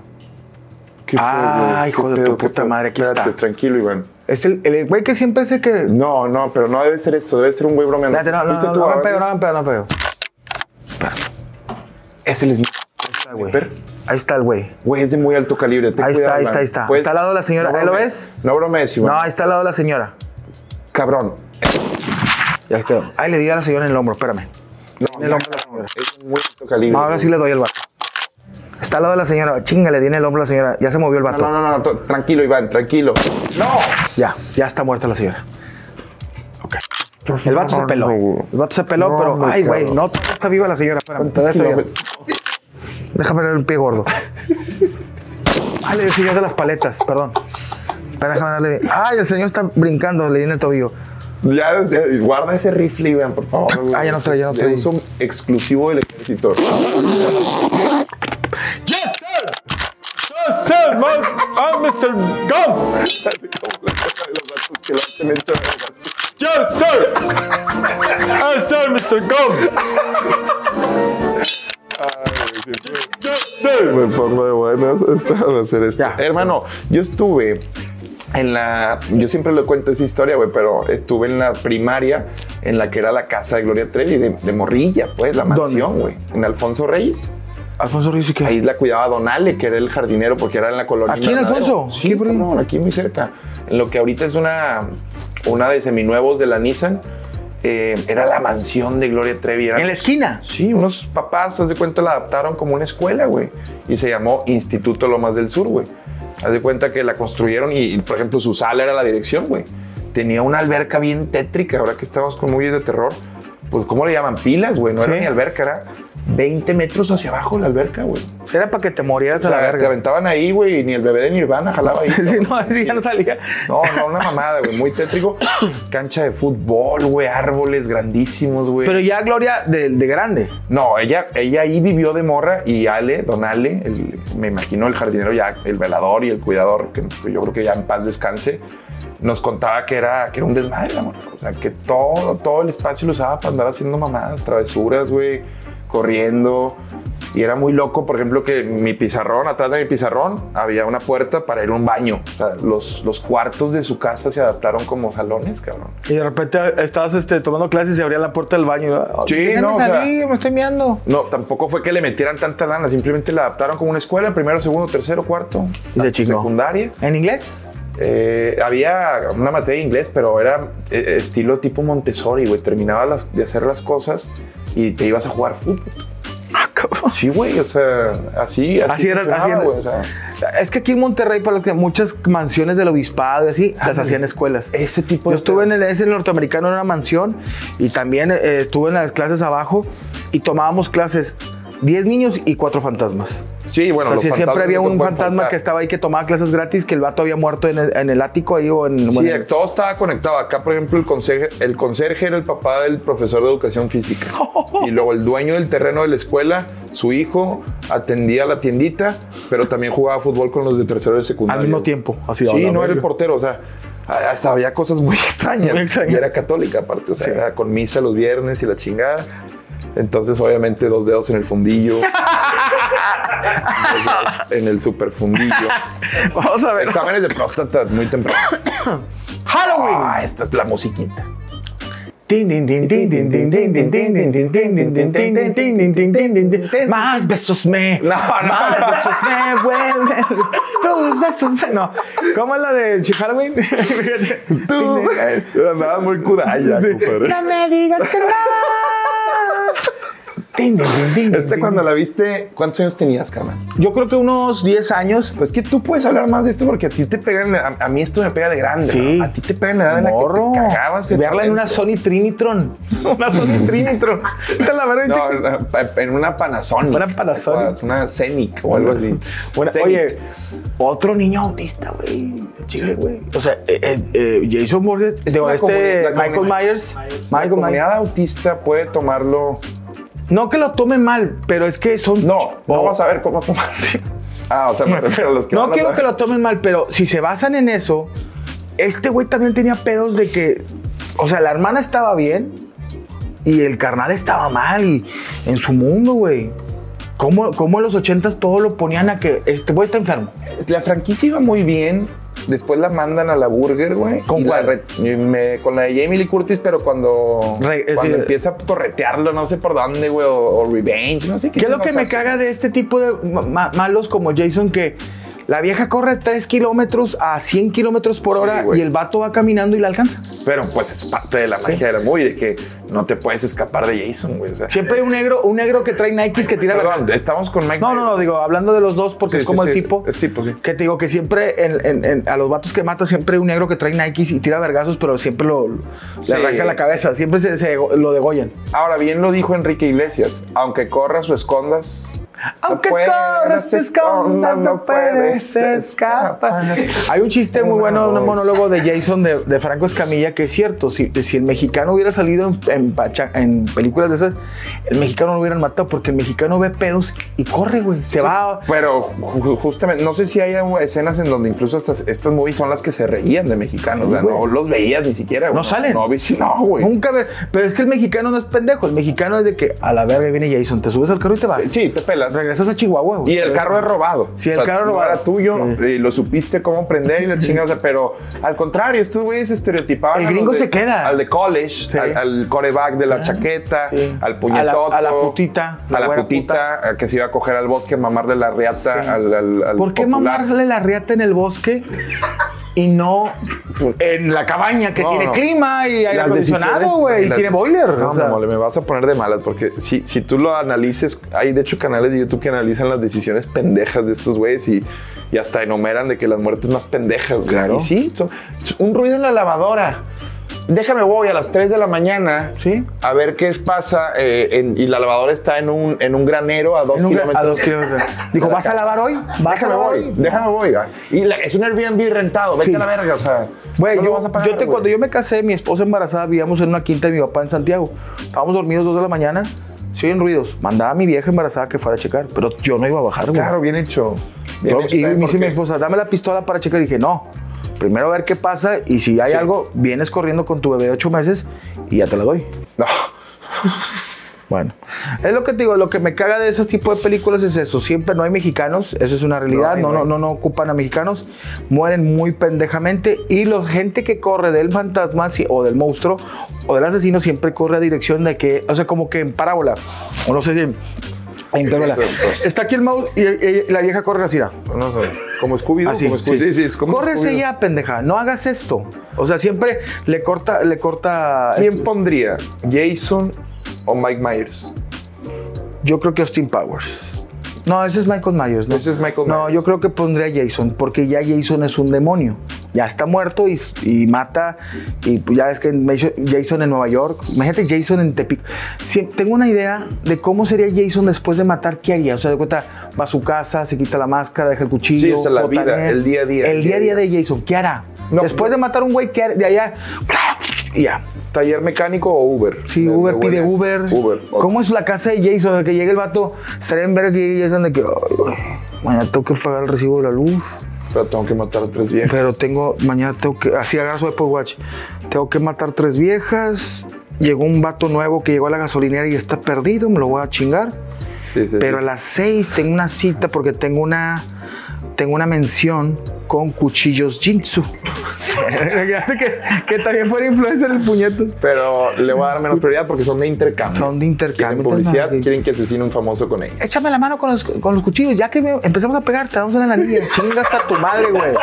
C: ¿Qué fue,
B: Ah,
C: güey? ¿Qué
B: hijo de tu
C: pedo? ¿Qué
B: puta
C: pedo?
B: madre, aquí
C: Espérate,
B: está.
C: tranquilo, Iván.
B: Es el, el güey que siempre es el que.
C: No, no, pero no debe ser eso. Debe ser un güey bromeando.
B: Espérate, no, no,
C: Fuiste
B: no,
C: tú,
B: no, me
C: Iván.
B: pego, no me pego, no me pego.
C: Es el sniper.
B: güey. Ahí está el güey.
C: Güey, es de muy alto calibre. Ten
B: Ahí está,
C: cuidado,
B: ahí
C: Iván.
B: está, ahí está.
C: Puedes-
B: Está al lado de la señora. ¿Ahí lo
C: bromees.
B: ves?
C: No bromees, Iván.
B: No, ahí está al lado de la señora.
C: Cabrón.
B: Ya quedó. Ahí le di a la señora en el hombro, espérame.
C: No,
B: En el
C: no,
B: hombro de la señora.
C: es de muy alto calibre.
B: No, ahora
C: güey.
B: sí le doy el vato. Está al lado de la señora. Chinga, le di en el hombro a la señora. Ya se movió el vato.
C: No, no, no, no, to- tranquilo, Iván, tranquilo. ¡No!
B: Ya, ya está muerta la señora.
C: estás
B: El vato se peló.
C: mamando, güey.
B: El vato se peló,
C: No,
B: pero.
C: hombre,
B: Ay, güey,
C: cabrón.
B: no, todavía está viva la señora. Espérame,
C: ¿Cuántos
B: todavía está
C: kilómetros?
B: viva. Déjame darle el pie gordo. Dale, el señor de las paletas, perdón. Espera, déjame darle. Ay, el señor está brincando, le di en el tobillo.
C: Ya, ya, guarda ese rifle, Iván, por favor. güey.
B: Ah, ya no trae, ya no
C: De
B: trae.
C: uso exclusivo del ejército. Este
B: Yes, sir! Yes, sir, man. I'm Mr. Gump.
C: Que lo hacen hecho de-
B: Yes, sir! Yes, sir, Mr. Gump. Yes, sir.
C: Me pongo de buenas hasta al hacer esto.
B: Ya.
C: este. Hermano, yo estuve en la. Yo siempre le cuento esa historia, güey, pero estuve en la primaria en la que era la casa de Gloria Trevi, de, de Morrilla, pues, la
B: ¿Dónde?
C: mansión, güey. En Alfonso Reyes.
B: Alfonso Rizzi, ¿qué?
C: Ahí la cuidaba Don Ale, que era el jardinero, porque era en la colonia.
B: ¿Aquí en
C: Invernadero.
B: Alfonso?
C: Sí, no, aquí muy cerca. En lo que ahorita es una, una de seminuevos de la Nissan, eh, era la mansión de Gloria Trevi. Era
B: ¿En la esquina?
C: Sí, unos papás, haz de cuenta, la adaptaron como una escuela, güey. Y se llamó Instituto Lomas del Sur, güey. Haz de cuenta que la construyeron y, y, por ejemplo, su sala era la dirección, güey. Tenía una alberca bien tétrica, ahora que estamos con movies de terror. Pues, ¿cómo le llaman? Pilas, güey. No
B: Sí.
C: era ni alberca, era 20 metros hacia abajo la alberca, güey.
B: Era para que te
C: O
B: murieras a
C: sea,
B: la
C: te
B: verga.
C: aventaban ahí, güey, y ni el bebé de Nirvana jalaba ahí.
B: Sí, no,
C: cabrón.
B: así ya no salía.
C: No, no, una mamada, güey, muy tétrico. Cancha de fútbol, güey, árboles grandísimos, güey.
B: Pero ya Gloria de, de grande.
C: No, ella, ella ahí vivió de morra y Ale, don Ale, el- me imagino el jardinero ya, el velador y el cuidador, que yo creo que ya en paz descanse, nos contaba que era, que era un desmadre la morra. O sea, que todo, todo el espacio lo usaba para andar haciendo mamadas, travesuras, güey, corriendo. Y era muy loco, por ejemplo, que mi pizarrón, atrás de mi pizarrón, había una puerta para ir a un baño. O sea, los, los cuartos de su casa se adaptaron como salones, cabrón.
B: Y de repente estabas este, tomando clases y se abría la puerta del baño. ¿no?
C: Sí,
B: Ya
C: no,
B: me
C: o sea-
B: salí, me estoy meando.
C: No, tampoco fue que le metieran tanta lana, simplemente la adaptaron como una escuela, primero, segundo, tercero, cuarto,
B: Y se
C: hasta
B: chingó.
C: secundaria.
B: ¿En inglés?
C: Eh, había una materia de inglés, pero era eh, estilo tipo Montessori, güey. Terminabas las- de hacer las cosas y te ibas a jugar fútbol.
B: Ah, cabrón.
C: Sí, güey, o sea, así, así,
B: Así era,
C: funcionaba,
B: así era.
C: güey, o sea,
B: Es que aquí en Monterrey, para los que- muchas mansiones del obispado y así, las hacían escuelas.
C: ese tipo
B: Yo
C: de...
B: estuve en el, ese norteamericano en una mansión y también eh, estuve en las clases abajo y tomábamos clases 10 niños y 4 fantasmas.
C: Sí, bueno,
B: O sea,
C: los
B: sí, siempre
C: fantasmas
B: había
C: no te
B: un
C: pueden
B: fantasma
C: faltar.
B: que estaba ahí que tomaba clases gratis, que el vato había muerto en el, en el ático ahí o en...
C: Sí,
B: bueno,
C: todo estaba conectado. Acá, por ejemplo, el conserje, el conserje era el papá del profesor de educación física. Y luego el dueño del terreno de la escuela, su hijo, atendía la tiendita, pero también jugaba fútbol con los de tercero de secundaria.
B: Al mismo tiempo, así, a
C: Sí,
B: la
C: no era el
B: verga.
C: portero, o sea, a- hasta había cosas muy extrañas.
B: Muy extrañas.
C: Y era católica, aparte, o sea,
B: Sí.
C: era con misa los viernes y la chingada. Entonces, obviamente, dos dedos en el fundillo. Dos dedos en el superfundillo.
B: Vamos a ver.
C: Exámenes de próstata muy temprano.
B: Halloween.
C: Ah, esta es la musiquita.
B: Más besos me.
C: No, no,
B: más
C: no.
B: besos me vuelven. Tus besos. me- No. ¿Cómo es la de Halloween? Fíjate.
C: Tú andabas muy cudalla, compadre.
B: No me digas que no. Tin, tin, tin, tin,
C: Este
B: tin.
C: cuando la viste, ¿cuántos años tenías, carnal?
B: Yo creo que unos 10 años.
C: Pues que tú puedes hablar más de esto porque a ti te pegan, a, a mí esto me pega de grande.
B: Sí.
C: ¿no? A ti te pegan la edad en la
B: Morro.
C: que te cagabas. de
B: Verla en una
C: talento.
B: Sony Trinitron. Una Sony Trinitron. Te la veré,
C: No,
B: chiquito.
C: en una Panasonic.
B: Una Panasonic.
C: ¿te acuerdas? Una Scenic o algo así.
B: Bueno,
C: Scenic.
B: oye, otro niño autista, güey. de Chile, güey. O sea, eh, eh, eh, Jason Morgan, digo,
C: una comuni-
B: este
C: la
B: Michael
C: comuni-
B: Myers.
C: La
B: Michael Myers.
C: comunidad autista puede tomarlo.
B: No que lo tome mal, pero es que son.
C: No, no
B: Oh.
C: vas a ver cómo tomar. Ah, o sea, me refiero a los que
B: No
C: van a
B: quiero que
C: saber.
B: lo tomen mal, pero si se basan en eso, este güey también tenía pedos de que. O sea, la hermana estaba bien y el carnal estaba mal y en su mundo, güey. ¿Cómo, cómo en los ochentas todo lo ponían a que este güey está enfermo?
C: La franquicia iba muy bien. Después la mandan a la Burger, güey.
B: ¿Con
C: Y la
B: cuál?
C: re- me- con la de Jamie Lee Curtis, pero cuando,
B: Re- eh,
C: cuando
B: sí.
C: empieza a corretearlo, no sé por dónde, güey, o, o Revenge, no sé qué.
B: ¿Qué es lo que
C: chingados
B: me
C: hace.
B: caga de este tipo de ma- ma- malos como Jason que La vieja corre 3 kilómetros a 100 kilómetros por
C: Sí,
B: hora
C: güey.
B: y el vato va caminando y la alcanza.
C: Pero pues es parte de la magia de la movie, de que no te puedes escapar de Jason, güey. o sea.
B: Siempre hay un negro, un negro que trae Nikes que tira
C: Perdón, estamos con Mike.
B: No, no, no, digo, hablando de los dos, porque
C: Sí,
B: es como
C: sí,
B: el
C: sí,
B: tipo.
C: es tipo, sí.
B: Que te digo que siempre en- en- en- a los vatos que mata, siempre hay un negro que trae Nikes y tira vergazos, pero siempre lo, lo-
C: Sí.
B: le arranca la cabeza, siempre se, se lo degollan.
C: Ahora bien lo dijo Enrique Iglesias, aunque corras o escondas.
B: Aunque
C: puedes,
B: corras, te escondas, no puedes escapar. Hay un chiste muy
C: Una
B: bueno, un
C: voz.
B: monólogo de Jason de, de Franco Escamilla que es cierto. Si, si el mexicano hubiera salido en, en pacha- en películas de esas, el mexicano lo hubieran matado porque el mexicano ve pedos y corre, güey. Se va.
C: Pero ju- justamente, no sé si hay escenas en donde incluso estas, estas movies son las que se reían de mexicanos. o sea, no los veías ni siquiera. güey.
B: No salen.
C: No, vi- sí, no, güey.
B: Nunca ves. Pero es que el mexicano no es pendejo. El mexicano es de que a la verga viene Jason, te subes al carro y te vas.
C: Sí, te pelas.
B: Regresas a Chihuahua, güey.
C: Y el carro es robado.
B: Sí, el
C: O sea,
B: carro es
C: no
B: robado.
C: era tuyo
B: Sí.
C: y lo supiste cómo prender y la chingada. o sea, pero al contrario, estos güeyes estereotipaban.
B: El
C: a los
B: gringo
C: de-
B: se queda.
C: Al de college,
B: Sí. Ah,
C: al, al coreback de la chaqueta,
B: sí. A
C: al
B: la-
C: puñetoto.
B: a la putita, la
C: A la
B: güera
C: putita a que se iba a coger al bosque, a mamarle la riata
B: Sí.
C: al, al- al
B: ¿Por qué
C: popular.
B: mamarle la riata en el bosque y no en la cabaña que
C: No,
B: tiene
C: no.
B: clima y aire
C: Las
B: acondicionado,
C: decisiones-
B: güey? Y
C: las-
B: tiene boiler.
F: No,
B: o sea.
F: mole, me vas a poner de malas porque si, si tú lo analices, hay de hecho canales de YouTube que analizan las decisiones pendejas de estos güeyes y, y hasta enumeran de que las muertes más pendejas, güey.
C: Claro.
F: Y sí, son-
C: Un ruido en la lavadora. Déjame voy a las 3 de la mañana
B: Sí.
C: a ver qué pasa. eh, en- y la lavadora está en un, en un granero a 2
B: En un gra-
C: kilómetros.
B: a dos kilómetros. Dijo,
C: de la
B: ¿vas a
C: casa.
B: lavar hoy? ¿Vas a
C: déjame
B: lavar
C: voy,
B: hoy?
C: déjame voy. ah. Y la- es un Airbnb rentado, vete
B: Sí.
C: a la verga, o sea.
B: Güey,
C: no lo
B: yo,
C: vas a pagar,
B: yo te-
C: güey.
B: cuando yo me casé, mi esposa embarazada, vivíamos en una quinta de mi papá en Santiago. Estábamos dormidos dos de la mañana, se oyen ruidos. Mandaba a mi vieja embarazada que fuera a checar, pero yo no iba a bajar, güey.
C: Claro, bien hecho. Bien
B: Yo-
C: hecho,
B: y
C: ¿sabes
B: me
C: por
B: dice mi
C: qué?
B: esposa, dame la pistola para checar. Y dije, no, primero a ver qué pasa y si hay algo, vienes corriendo con tu bebé de ocho meses y ya te la doy.
C: No.
B: Bueno, es lo que te digo, lo que me caga de ese tipo de películas es eso, siempre no hay mexicanos, eso es una realidad,
C: hay,
B: no,
C: no
B: no,
C: hay.
B: no, no ocupan a mexicanos, mueren muy pendejamente y la gente que corre del fantasma si- o del monstruo o del asesino siempre corre a dirección de que, o sea, como que en parábola, o no sé si en, en parábola. Está aquí el mouse y, y- y la vieja corre así, mira.
C: No, no, como Scooby-Doo.
B: Así,
C: como Scooby
B: Ah, sí.
C: sí, sí, es como
B: Córrese
C: Scooby-Doo.
B: ya, pendeja, no hagas esto. O sea, siempre le corta, le corta.
C: Ah, ¿Quién pondría? ¿Jason o Mike Myers?
B: Yo creo que Austin Powers. No, ese es Michael Myers, ¿no?
C: Ese es Michael
B: No,
C: Myers.
B: yo creo que pondría a Jason, porque ya Jason es un demonio. Ya está muerto y, y mata. Y pues ya ves que me hizo- Jason en Nueva York. Imagínate Jason en Tepic. Si- tengo una idea de cómo sería Jason después de matar, ¿qué haría? O sea, de cuenta, va a su casa, se quita la máscara, deja el cuchillo.
C: Sí, o sea, la vida,
B: botanea.
C: el día a día,
B: El día a día de Jason, ¿qué hará?
C: No,
B: después
C: yo-
B: de matar a un güey, ¿qué hará? De allá. Y ya.
C: ¿Taller mecánico o Uber?
B: Sí,
C: Me-
B: Uber
C: me
B: pide Uber.
C: hueles. Uber. Ok.
B: ¿Cómo es la casa de Jason? El que llega el vato, estaría en ver que llegue Jason de que, "Ay, güey, mañana tengo que pagar el recibo de la luz,
C: Pero tengo que matar a tres viejas.
B: pero tengo, mañana tengo que, así agarra su Apple Watch, tengo que matar tres viejas, llegó un vato nuevo que llegó a la gasolinera y está perdido, me lo voy a chingar,
C: Sí, sí,
B: pero a
C: sí.
B: las seis tengo una cita porque tengo una, tengo una mención con cuchillos Jinsu. Fíjate que, que también fuera influencer el puñeto.
C: Pero le voy a dar menos prioridad porque son de intercambio.
B: Son de intercambio,
C: Quieren publicidad,
B: entonces,
C: quieren que asesine un famoso con ellos.
B: Échame la mano con los, con los cuchillos, ya que me- empezamos a pegar, te damos una anilla. Chingas a tu madre, güey.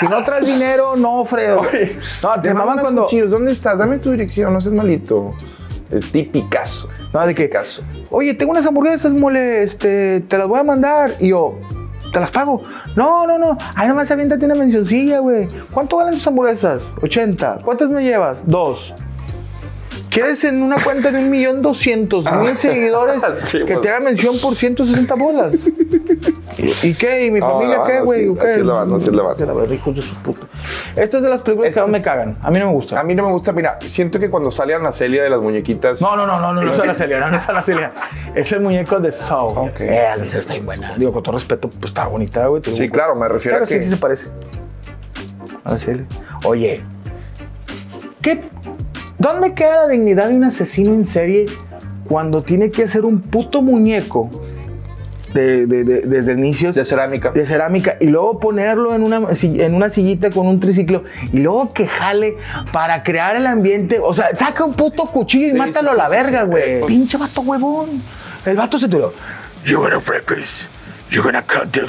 B: Si no traes dinero, no ofreces. No, te
C: mandan
B: maman cuando.
C: cuchillos. ¿Dónde estás? Dame tu dirección, no seas malito. El tipicazo.
B: No, de qué
C: Tipicazo.
B: Oye, tengo unas hamburguesas, mole, este, te las voy a mandar. Y yo, te las pago. No, no, no. Ahí nomás aviéntate una mencioncilla, güey. ¿Cuánto valen tus hamburguesas? 80. ¿Cuántas me llevas? Dos. ¿Quieres en una cuenta de un millón doscientos mil seguidores
C: Ah. Sí,
B: que
C: pues.
B: te haga mención por 160 bolas? ¿Y qué? ¿Y mi
C: No,
B: familia
C: la
B: qué,
C: banda
B: güey?
C: sí,
B: ¿O qué?
C: aquí la banda, sí, la banda.
B: Que verdad, hijos de su puta. Estas de las películas que
C: Estas-
B: más me cagan. A mí no me
C: A
B: gustan.
C: mí no me gusta, mira, siento que cuando sale Ana Celia de las muñequitas.
B: No, no, no, no, no, no es la Celia, no, no es la Celia. Es el muñeco de Saw.
C: Ok.
B: Eh, esa está bien buena. Digo, con todo respeto, pues está bonita, güey. te
C: Sí,
B: digo,
C: claro, me refiero
B: Pero
C: a que.
B: sí, sí se parece. A la Celia. Oye, ¿qué? ¿Dónde queda la dignidad de un asesino en serie cuando tiene que hacer un puto muñeco de- de- de- desde el inicio?
C: De cerámica.
B: de cerámica y luego ponerlo en una, si- en una sillita con un triciclo y luego que jale para crear el ambiente. O sea, saca un puto cuchillo y mátalo a la verga, güey. Pinche vato huevón. El vato se tiró. You wanna breakfast?
F: You're gonna cut this.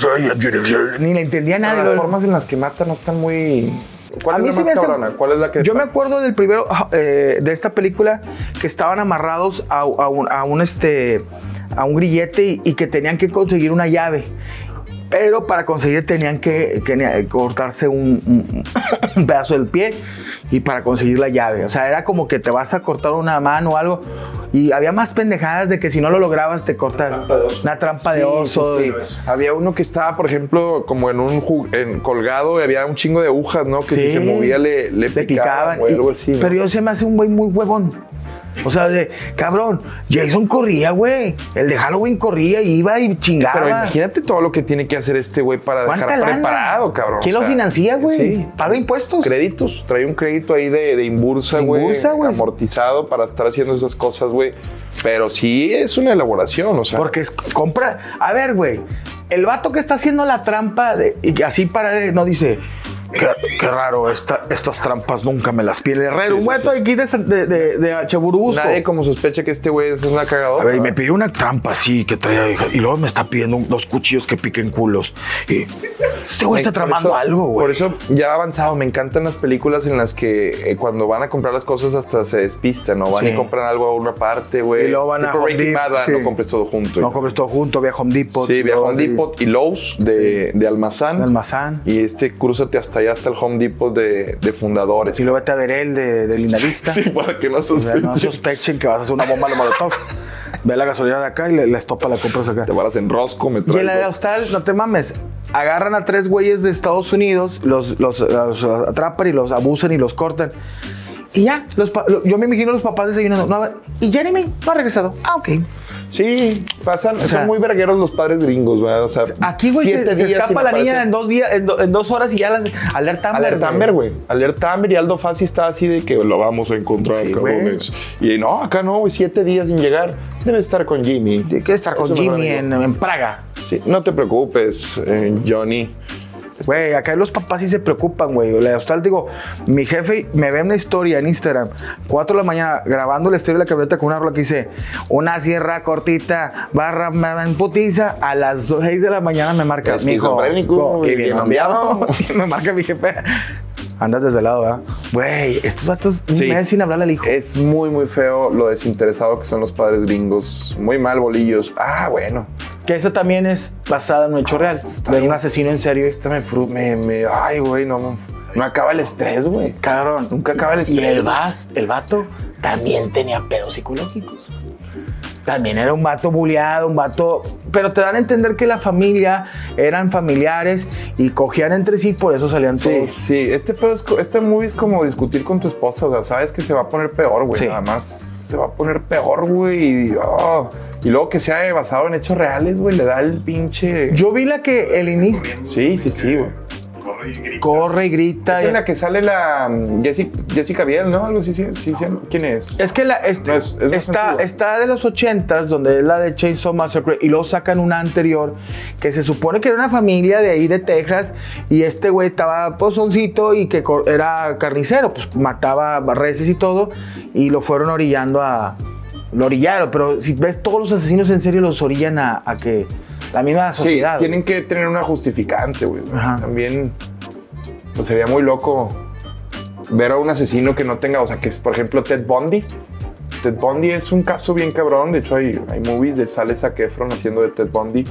B: Ni le entendía nada.
C: Las
B: Lo-
C: formas en las que mata no están muy.
B: A
C: ¿Cuál
B: mí
C: es
B: se
C: la
B: me
C: más
B: hace-
C: cabrona? ¿Cuál es la que.?
B: Yo me acuerdo del primero ah, eh, de esta película que estaban amarrados a, a un, a un, este a un grillete y, y que tenían que conseguir una llave. Pero para conseguir tenían que, que cortarse un, un- un pedazo del pie y para conseguir la llave. O sea, era como que te vas a cortar una mano o algo. Y había más pendejadas de que si no lo lograbas te cortas
D: Trampa de oso.
B: una trampa de
C: Sí, sí,
B: oso.
C: sí. Había uno que estaba, por ejemplo, como en un ju- en, colgado y había un chingo de agujas, ¿no? Que si
B: Sí.
C: se movía le,
B: le
C: le,
B: picaban.
C: picaban, o
B: y-
C: algo así. ¿no?
B: Pero yo se me hace un güey muy huevón. O sea, de, cabrón, Jason corría, güey. El de Halloween corría, iba y chingaba.
C: Pero imagínate todo lo que tiene que hacer este güey para
B: ¿Cuánta
C: dejar
B: lana?
C: preparado, cabrón.
B: ¿Quién
C: O
B: lo
C: sea,
B: financia, güey?
C: Sí.
B: ¿Paga impuestos?
C: Créditos. Trae un crédito ahí de, de imbursa, güey.
B: Imbursa, güey.
C: Amortizado para estar haciendo esas cosas, güey. Pero sí es una elaboración, o sea.
B: Porque es, compra. A ver, güey. El vato que está haciendo la trampa de- y así para de- no dice. Qué, qué raro, esta- estas trampas nunca me las pierde Herrero. un güey aquí de, de, de, de Chaburubusco.
C: nadie como sospecha que este güey es una cagadora.
G: A ver, y me pidió una trampa así que traía. Y luego me está pidiendo un- dos cuchillos que piquen culos. Y este
B: Pues
G: güey está
C: Por
G: tramando
C: eso-
G: algo,
C: Por
G: güey.
C: eso ya ha avanzado. Me encantan las películas en las que eh, cuando van a comprar las cosas hasta se despistan, ¿no? Van
B: Sí.
C: y compran algo a una parte, güey.
B: Y luego van a
C: Tipo
B: Home
C: Breaking
B: Depot,
C: Bad, ah,
B: sí.
C: no compres todo junto.
B: No compres todo junto, viejo Home Depot.
C: sí, viaja a
B: luego
C: Home
B: así,
C: Depot y Lowe's de, de Almazán.
B: de Almazán.
C: Y este, crúzate hasta allá, hasta el Home Depot de, de Fundadores.
B: Si Pues lo vete a ver él de, de Lindavista.
C: Sí, para que no
B: O sea,
C: sospechen.
B: no sospechen que vas a hacer una bomba de molotov. Ve la gasolina de acá y le, la estopa la compras acá.
C: Te paras en Rosco, me
B: Y en
C: traigo.
B: la de Australia, no te mames, agarran a tres güeyes de Estados Unidos, los, los, los atrapan y los abusan y los cortan. Y ya, los pa- lo- yo me imagino los papás desayunando. No, a ver, y Jeremy no ha regresado. Ah, ok.
C: Sí, pasan,
B: sea-
C: son muy vergueros los padres gringos, ¿verdad? O sea,
B: Aquí, güey, se,
C: siete
B: se
C: días y
B: escapa
C: me
B: la niña
C: parece-
B: en dos, días, en, do- en dos horas y ya las. Alerta Amber.
C: Alert Amber, güey. Alert Amber y Aldo Fassi está así de que lo vamos a encontrar,
B: Sí, güey.
C: cabrones. Y no, acá no, güey, siete días sin llegar. Debe estar con Jimmy.
B: Tiene que estar con
C: Eso me lo
B: Jimmy
C: digo.
B: en, en Praga.
C: Sí, no te preocupes, eh, Johnny.
B: Güey, acá los papás sí se preocupan, güey. La de Austral, digo, mi jefe me ve una historia en Instagram, 4 de la mañana, grabando la historia de la camioneta con una rola que dice, una sierra cortita, barra, ma- en putiza, a las 6 de la mañana me marca. mi
C: Esquizofrénico, güey,
B: y bien
C: bien
B: ondeado,
C: ondeado.
B: y me marca mi jefe. Andas desvelado, ¿verdad? Güey, estos datos, un
C: Sí. Eh.
B: mes sin hablarle al hijo.
C: Es muy, muy feo lo desinteresado que son los padres gringos. Muy mal, bolillos. Ah, bueno.
B: Que eso también es basado en un hecho real, de un asesino en serio.
C: Esta me fru... Me, me- ay, güey, no. No acaba el estrés, güey.
B: Cabrón.
C: Nunca acaba el
B: Y
C: estrés.
B: el, vas, el vato también tenía pedos psicológicos. También era un vato buleado, un vato. Pero te dan a entender que la familia eran familiares y cogían entre sí, por eso salían
C: Sí,
B: todos.
C: sí, este, pedo es co- este movie es como discutir con tu esposa, o sea, sabes que se va a poner peor, güey.
B: Sí.
C: Además, se va a poner peor, güey. Y, oh, y luego que sea basado en hechos reales, güey, le da el pinche...
B: Yo vi la que el inicio
C: Sí, sí, sí, güey.
D: Corre y grita.
B: corre y grita.
C: Es en la que sale la mm, Jessi- Jessica Biel, ¿no? Algo así, sí, sí, sí. ¿Quién es?
B: Es que la, este,
C: No, es- es más
B: está,
C: antigua.
B: está de los 80 donde es la de Chainsaw Massacre, y luego sacan una anterior que se supone que era una familia de ahí de Texas, y este güey estaba pozoncito y que cor- era carnicero, pues mataba reses y todo, y lo fueron orillando a. Lo orillaron, pero si ves, todos los asesinos en serio los orillan a, a que. La misma
C: Sí,
B: sociedad.
C: tienen que tener una justificante, güey.
B: Ajá.
C: También, pues sería muy loco ver a un asesino que no tenga, o sea, que es, por ejemplo, Ted Bundy. Ted Bundy es un caso bien cabrón. De hecho, hay, hay movies de Sale Zac Efron haciendo de Ted Bundy.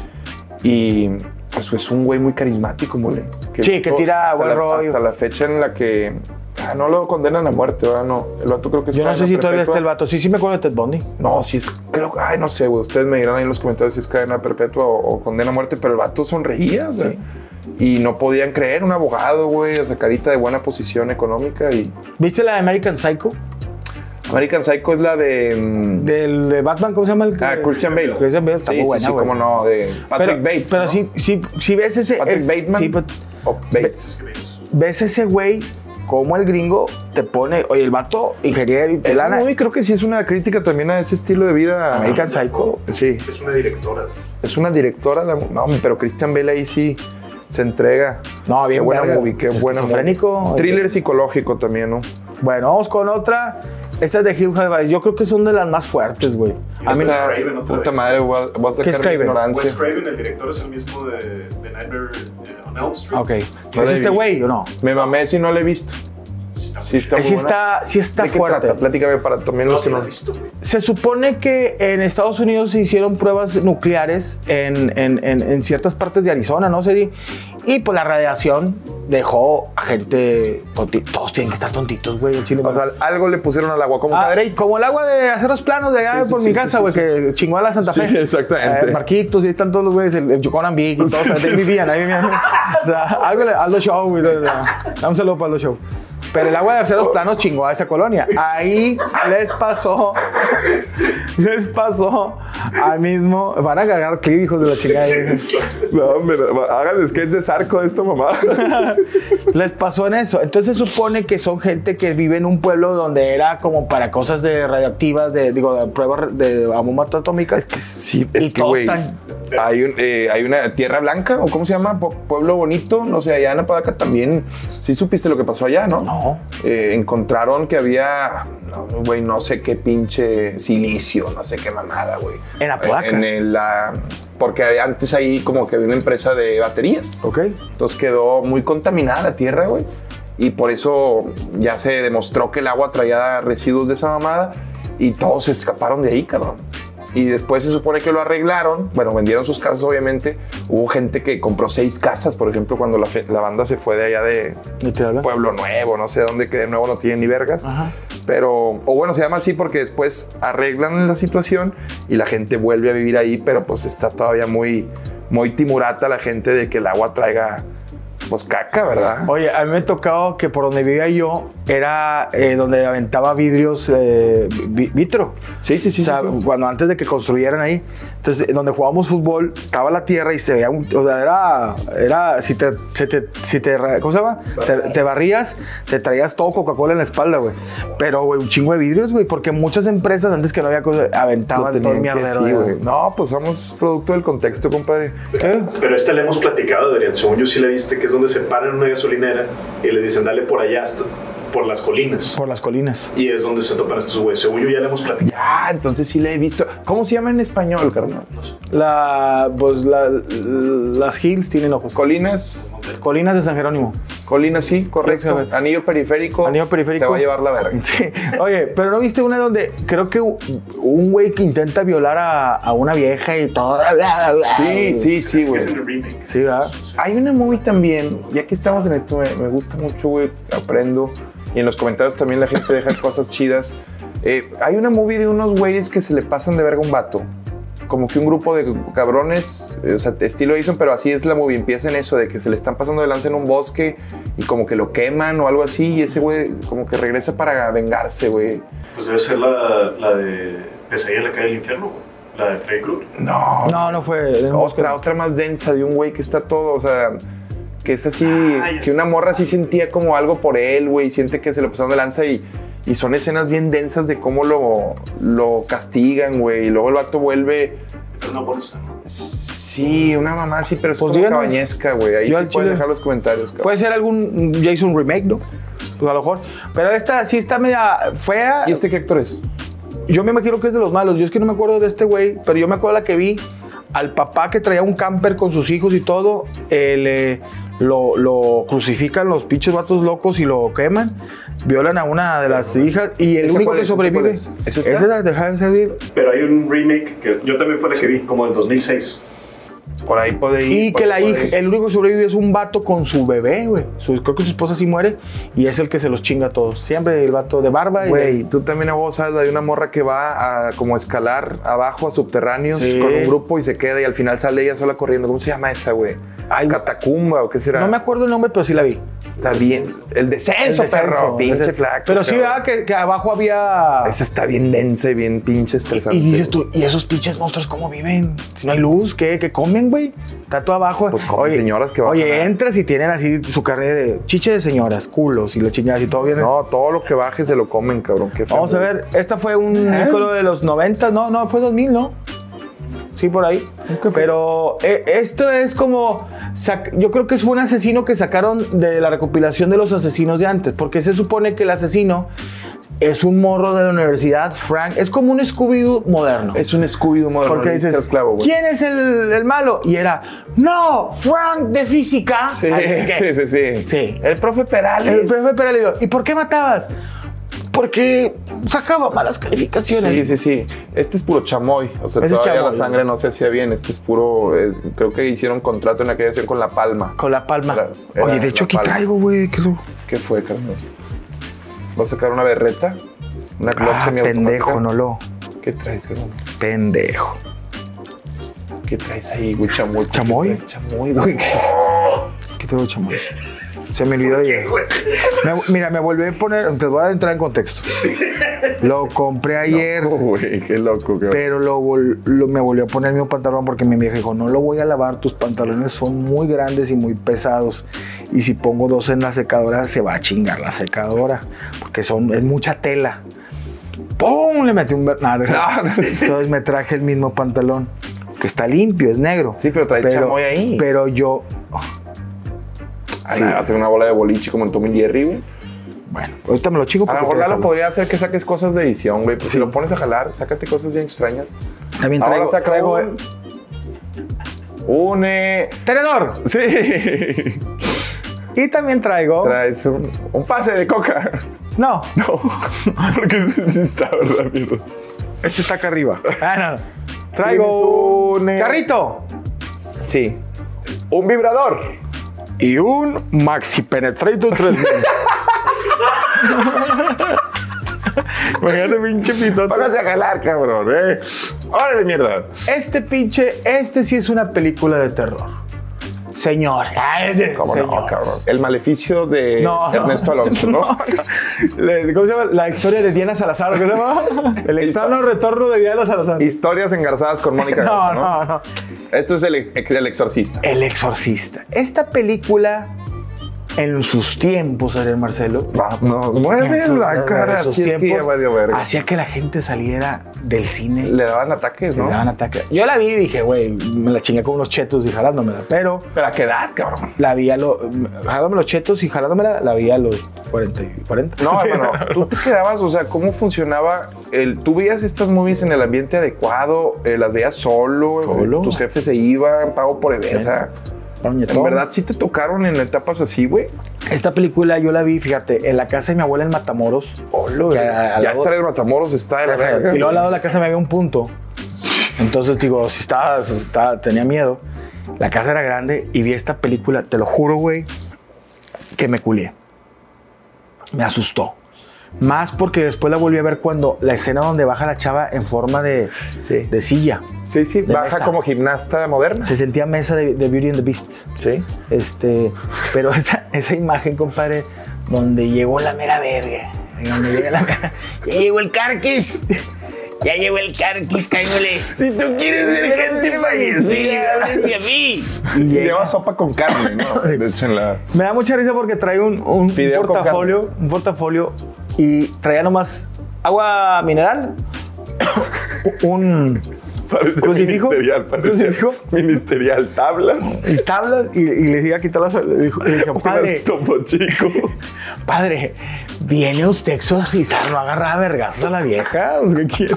C: Y pues es un güey muy carismático, mole.
B: Sí, que tira
C: hasta
B: buen
C: la,
B: rollo.
C: Hasta la fecha en la que ah, no lo condenan a muerte, ¿verdad? No, el vato creo que es
B: Yo no sé
C: cadena
B: si todavía
C: perpetua.
B: está el vato. Sí, sí me acuerdo de Ted Bundy.
C: No, si es, creo que, ay, no sé, güey. Ustedes me dirán ahí en los comentarios si es cadena perpetua o, o condena a muerte, pero el vato sonreía, o sea, Y no podían creer, un abogado, güey, o sea, carita de buena posición económica. Y
B: ¿Viste la de American Psycho?
C: American Psycho es la de. mm,
B: Del de Batman, ¿cómo se llama el que-
C: ah, Christian Bale.
B: Christian Bale está
C: sí,
B: muy
C: sí,
B: buena,
C: sí,
B: güey.
C: cómo no, de Patrick
B: pero,
C: Bates.
B: Pero
C: ¿no?
B: si, si, si ves ese.
C: Patrick
B: es-
C: Bateman.
B: sí, but-
C: o Bates.
B: ves ese güey, como el gringo te pone. Oye, el vato, ingeniero y
C: Es
B: pelana.
C: muy, creo que sí es una crítica también a ese estilo de vida.
B: American Psycho. Sí.
D: Es una directora.
C: Es una directora, la- no, hombre, pero Christian Bale ahí sí se entrega.
B: No, bien
C: Qué buena
B: verga.
C: movie, qué buena movie.
B: Esquizofrénico.
C: Thriller psicológico también, ¿no?
B: Bueno, vamos con otra. Estas de Hill House Vice, yo creo que son de las más fuertes, güey. A mí
D: Esta-
C: Puta,
D: Craven otra
C: puta
D: vez.
C: madre, voy a, voy a
B: ¿Qué es
C: sacar mi
B: Craven?
C: ignorancia.
D: Wes Craven, el director, es el mismo de, de Nightmare eh, on Elm Street.
B: Ok.
C: No
B: ¿Es
C: la he
B: este
C: visto.
B: güey o no?
C: Me mamé si no la he visto. Sí está, muy
B: Sí
C: buena.
B: está, sí está
C: ¿De qué
B: fuerte.
C: trata? Platícame para también los que no.
D: ¿Has visto, güey?
B: Se supone que en Estados Unidos se hicieron pruebas nucleares en, en- en- en ciertas partes de Arizona, ¿no? sé Y pues la radiación dejó a gente tonti- Todos tienen que estar tontitos, güey. el chile,
C: O sea, algo le pusieron al agua, como
B: Ah,
C: madre.
B: como el agua de aceros planos de allá
C: Sí, sí,
B: por
C: sí,
B: mi
C: sí,
B: casa,
C: sí,
B: güey,
C: sí.
B: que chingó a la Santa
C: Sí,
B: Fe.
C: exactamente.
B: Eh, Marquitos, y ahí están todos los güeyes, el, el Yuconambi, y todos.
C: Sí, sí,
B: ahí
C: sí.
B: vivían, ahí vivían. O sea, algo le. Aldo Show, güey. o sea, Dame un saludo para Aldo Show. Pero el agua de aceros planos chingó a esa colonia. Ahí les pasó. Les pasó al mismo. Van a cargar clip, hijos de la chingada.
C: No, hombre, háganle sketch de sarco de esta mamá.
B: Les pasó en eso. Entonces se supone que son gente que vive en un pueblo donde era como para cosas de radioactivas, de, digo, de pruebas de bombas atómicas.
C: Sí,
B: Y
C: es que,
B: todos
C: güey.
B: están-
C: Hay, un, eh, hay una Tierra Blanca, o ¿cómo se llama? Po- Pueblo Bonito, no sé, allá en Apodaca también. Sí supiste lo que pasó allá, ¿no?
B: No.
C: Eh, encontraron que había, no, güey, no sé qué pinche silicio, no sé qué mamada, güey.
B: ¿En Apodaca?
C: En, el, ah, porque antes ahí como que había una empresa de baterías.
B: Ok.
C: Entonces quedó muy contaminada la tierra, güey. Y por eso ya se demostró que el agua traía residuos de esa mamada y todos se escaparon de ahí, cabrón. Y después se supone que lo arreglaron. Bueno, vendieron sus casas, obviamente. Hubo gente que compró seis casas, por ejemplo, cuando la, fe- la banda se fue de allá de
B: Literal.
C: Pueblo Nuevo, no sé dónde, que de nuevo no tiene ni vergas. Pero, o bueno, se llama así porque después arreglan la situación y la gente vuelve a vivir ahí, pero pues está todavía muy, muy timurata la gente de que el agua traiga, pues caca, ¿verdad?
B: Oye, a mí me ha tocado que por donde vivía yo era eh, donde aventaba vidrios eh, vi- vitro.
C: Sí, sí, sí.
B: O sea,
C: sí, sí.
B: cuando antes de que construyeran ahí. Entonces, donde jugábamos fútbol, estaba la tierra y se veía un. O sea, era. era si te. se te- si te ra- ¿Cómo se llama? Te, te barrías, te traías todo Coca-Cola en la espalda, güey. Pero, güey, un chingo de vidrios, güey, porque muchas empresas antes que no había cosa,
C: Lo
B: aventaban todo el
C: tenían que-
B: mierdero.
C: sí,
B: ahí,
C: güey. No, pues somos producto del contexto, compadre.
D: Pero esta la hemos platicado, Adrián. Según yo sí la viste, que es donde se paran en una gasolinera y les dicen, dale por allá, hasta, por las colinas.
B: Por las colinas.
D: Y es donde se topan estos güeyes. Según yo ya la hemos platicado.
C: Ya, entonces sí le he visto. ¿Cómo se llama en español, carnal?
B: La, pues la- las hills tienen ojos.
C: Colinas,
B: Colinas de San Jerónimo.
C: colinas, sí, correcto.
B: Exacto.
C: Anillo periférico.
B: Anillo periférico.
C: Te va a llevar la verga.
B: Sí. Oye, pero ¿no viste una donde creo que un güey que intenta violar a, a una vieja y todo?
C: Sí, sí, sí, güey.
D: Es en el remake.
B: Sí, ¿verdad?
C: Hay una movie también, ya que estamos en esto, me, me gusta mucho, güey, aprendo. Y en los comentarios también la gente deja cosas chidas. Eh, hay una movie de unos güeyes que se le pasan de verga a un vato. Como que un grupo de cabrones, eh, o sea, estilo Jason, pero así es la movie. Empieza en eso, de que se le están pasando de lanza en un bosque y como que lo queman o algo así. Y ese güey como que regresa para vengarse, güey.
D: Pues debe ser la, la de Pesadilla en la calle del infierno, güey. La de Freddy Krueger.
C: No.
B: No, no fue.
C: Otra, otra más densa de un güey que está todo, o sea, que es así,
D: Ay,
C: que una morra así sentía como algo por él, güey, siente que se lo pasaron de lanza y, y son escenas bien densas de cómo lo, lo castigan, güey, y luego el vato vuelve,
D: Pero no por eso. ¿no?
C: sí, una mamá así, pero es
B: Pues
C: como
B: díganos.
C: cabañesca, güey, ahí
B: Yo
C: sí
B: al
C: pueden
B: chile.
C: dejar los comentarios, cabrón.
B: Puede ser algún Jason remake, ¿no? Pues a lo mejor. Pero esta sí está media fea.
C: ¿Y este qué actor es?
B: Yo me imagino que es de los malos. Yo es que no me acuerdo de este güey, pero yo me acuerdo la que vi al papá que traía un camper con sus hijos y todo. eh, le- lo, lo crucifican los pinches vatos locos y lo queman. Violan a una de las hijas y el
C: ¿Esa
B: único
C: cuál
B: que
C: es? ¿Esa
B: sobrevive.
C: cuál es? ¿Esa
B: Esa
C: está?
B: es la de Javier Salir.
D: Pero hay un remake que yo también fue la que vi, como en 2006.
C: Por ahí puede ir.
B: Y
C: por
B: que la
C: ahí puede
B: hija,
C: ir.
B: el único que sobrevive es un vato con su bebé, güey. Su- Creo que su esposa sí muere y es el que se los chinga a todos. Siempre el vato de barba. y-
C: Güey, tú también a vos sabes la de una morra que va a como escalar abajo a subterráneos
B: Sí.
C: con un grupo y se queda y al final sale ella sola corriendo. ¿Cómo se llama esa, güey?
B: Ay,
C: Catacumba o qué será.
B: no me acuerdo el nombre, pero sí la vi.
C: Está bien. El descenso,
B: El descenso,
C: perro. Pinche
B: ese-
C: flaco.
B: Pero sí,
C: cabrón.
B: ¿verdad? Que, que abajo había.
C: Esa está bien densa y bien pinche estresante.
B: Y dices
C: güey.
B: tú, ¿y esos pinches monstruos cómo viven? Si no hay luz, ¿qué, ¿Qué comen, güey? Está todo abajo.
C: Pues comen señoras que bajan
B: Oye,
C: a-
B: entras y tienen así su carne de chiche de señoras, culos y la chingada y todo bien.
C: No, todo lo que baje se lo comen, cabrón. Qué feo,
B: Vamos a
C: güey.
B: ver, esta fue un ícono de los 90, no, no, fue 2000, ¿no? Sí, por ahí. Pero eh, esto es como. sac- Yo creo que fue un asesino que sacaron de la recopilación de los asesinos de antes, porque se supone que el asesino es un morro de la universidad, Frank. Es como un Scooby-Doo moderno.
C: Es un Scooby-Doo moderno.
B: Porque
C: le diste
B: dices,
C: al clavo, güey.
B: ¿quién es el, el malo? Y era, no, Frank de física.
C: Sí,
B: Ay, ¿qué?
C: sí, sí, sí.
B: Sí.
C: El profe Perales.
B: El profe Pérez le dijo, ¿y por qué matabas? Porque sacaba malas calificaciones.
C: Sí, sí, sí. Este es puro chamoy. O sea,
B: Ese es
C: todavía la
B: chamoy.
C: sangre no se hacía bien. Este es puro. eh, creo que hicieron contrato en aquella ocasión con La Palma.
B: Con la palma.
C: Era- era
B: Oye, de hecho,
C: la
B: aquí
C: palma.
B: traigo, güey. ¿Qué es eso?
C: ¿Qué fue, carnal? ¿Vas a sacar una berreta? ¿Una Glock
B: Ah,
C: semiautomática?
B: pendejo, no lo.
C: ¿Qué traes, carnal?
B: Pendejo.
C: ¿Qué traes ahí, güey? Chamoy. ¿Qué
B: ¿Chamoy?
C: traes? Chamoy, güey.
B: ¿Qué tengo, chamón? Se me olvidó ya. Me- mira, me volví a poner. Te voy a entrar en contexto. Lo compré ayer.
C: Oh, güey, qué loco, cabrón.
B: Pero lo, vol- lo- me volvió a poner mi pantalón porque mi vieja dijo, no lo voy a lavar, tus pantalones son muy grandes y muy pesados. Y si pongo dos en la secadora, se va a chingar la secadora, porque son, es mucha tela. ¡Pum! Le metí un... ver- Nah, deja- Entonces me traje el mismo pantalón, que está limpio, es negro.
C: Sí, pero trae chamoy ahí.
B: Pero yo...
C: Ah, nada, Hacer una bola de boliche como en Tom y Jerry, güey.
B: Bueno, ahorita me lo chingo
C: A lo
B: porque
C: mejor
B: te
C: Lalo
B: dejo-
C: podría hacer que saques cosas de edición, güey. Pues
B: Sí.
C: si lo pones a jalar, sácate cosas bien extrañas.
B: También
C: Ahora
B: traigo...
C: saca
B: traigo
C: un- Une.
B: ¡Tenedor!
C: Sí.
B: Y también traigo...
C: Traes un, un pase de coca.
B: no,
C: No. Porque ese sí está, ¿verdad, mierda?
B: este está acá arriba. Ah, no, no. Traigo
C: Tienes un, eh,
B: carrito.
C: Sí. Un vibrador.
B: y un Maxi Penetrator 3000. Imagínate, pinche pitote.
C: Póngase a jalar, cabrón, eh. Órale, mierda.
B: Este pinche, este sí es una película de terror. Señor. Ay, de-
C: ¿Cómo
B: señor.
C: no, cabrón? El maleficio de
B: No, no.
C: Ernesto Alonso, ¿no?
B: Le- ¿Cómo se llama? La historia de Diana Salazar, ¿cómo se llama? El extraño retorno de Diana Salazar.
C: Historias engarzadas con Mónica Garza,
B: No,
C: ¿no?
B: no, no.
C: Esto es el, ex- el exorcista.
B: El exorcista. Esta película, en sus tiempos, Ariel Marcelo,
C: No,
B: en
C: mueves
B: sus-
C: la cara.
B: en sus
C: Si es que ya
B: tiempos,
C: valió verga.
B: hacía que la gente saliera del cine.
C: Le daban ataques,
B: Que
C: ¿no?
B: le daban ataque. Yo la vi y dije, güey, me la chingué con unos chetos y jalándomela. Pero
C: Pero a qué edad, cabrón.
B: la vi a los. Jalándome los chetos y jalándomela, la vi a los 40. y- 40.
C: No, hermano, tú te quedabas, o sea, ¿cómo funcionaba? El, ¿Tú veías estas movies en el ambiente adecuado? Eh, ¿Las veías solo?
B: Solo.
C: ¿Tus jefes se iban? ¿Pago por evento? O sea,
B: Doña
C: ¿en
B: Tom.
C: verdad sí te tocaron en etapas así, güey?
B: Esta película yo la vi, fíjate, en la casa de mi abuela en Matamoros. que a- a
C: Oh, Ya
B: lado-
C: estar en Matamoros está de la verga.
B: Y luego al lado de la casa me había un punto. Entonces digo, si estaba, si estaba- tenía miedo. La casa era grande y vi esta película, te lo juro, güey, que me culié. Me asustó. Más porque después la volví a ver cuando la escena donde baja la chava en forma de,
C: Sí.
B: de silla.
C: Sí, sí,
B: de
C: baja
B: mesa.
C: como gimnasta moderna.
B: Se sentía mesa de, de Beauty and the Beast.
C: Sí.
B: Este, pero esa, esa imagen, compadre, donde llegó la mera verga. Donde llega la mera- ya llegó el carquis. Ya llegó el carquis, cáñole.
C: Si tú quieres ver gente fallecida.
B: Y
C: Y
B: llega-
C: lleva sopa con carne, ¿no? De hecho, en la...
B: Me da mucha risa porque trae un, un
C: Fideo con
B: portafolio, un portafolio y traía nomás agua mineral, un
C: Parece
B: ¿Crucifijo?
C: ministerial, parece
B: ¿Crucifijo?
C: ministerial. Tablas.
B: y tablas y, y les iba a quitar las. le dijo- le dije, padre,
C: Un Topo chico.
B: padre, viene usted a exorcizar, no agarra a vergazos a la vieja. ¿Qué quiere?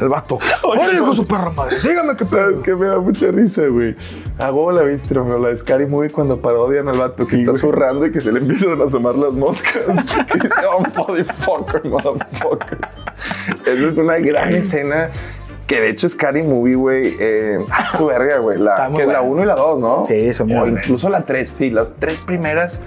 B: El vato. Ahora dijo su perra madre. Dígame qué
C: ¿Sabes
B: pedo.
C: qué me da mucha risa, güey? A huevo la viste, hermano, la de Scary Movie cuando parodian al vato que está zurrando y que se le empiezan a asomar las moscas. que dice, oh, motherfucker, motherfucker. Esa es una gran escena que, de hecho, Scary Movie, güey, eh, a su verga, güey.
B: Está
C: La,
B: muy
C: que es la
B: buena.
C: 1 y la 2, ¿no?
B: Sí, son muy
C: O
B: buenas.
C: Incluso la 3, sí, las tres primeras.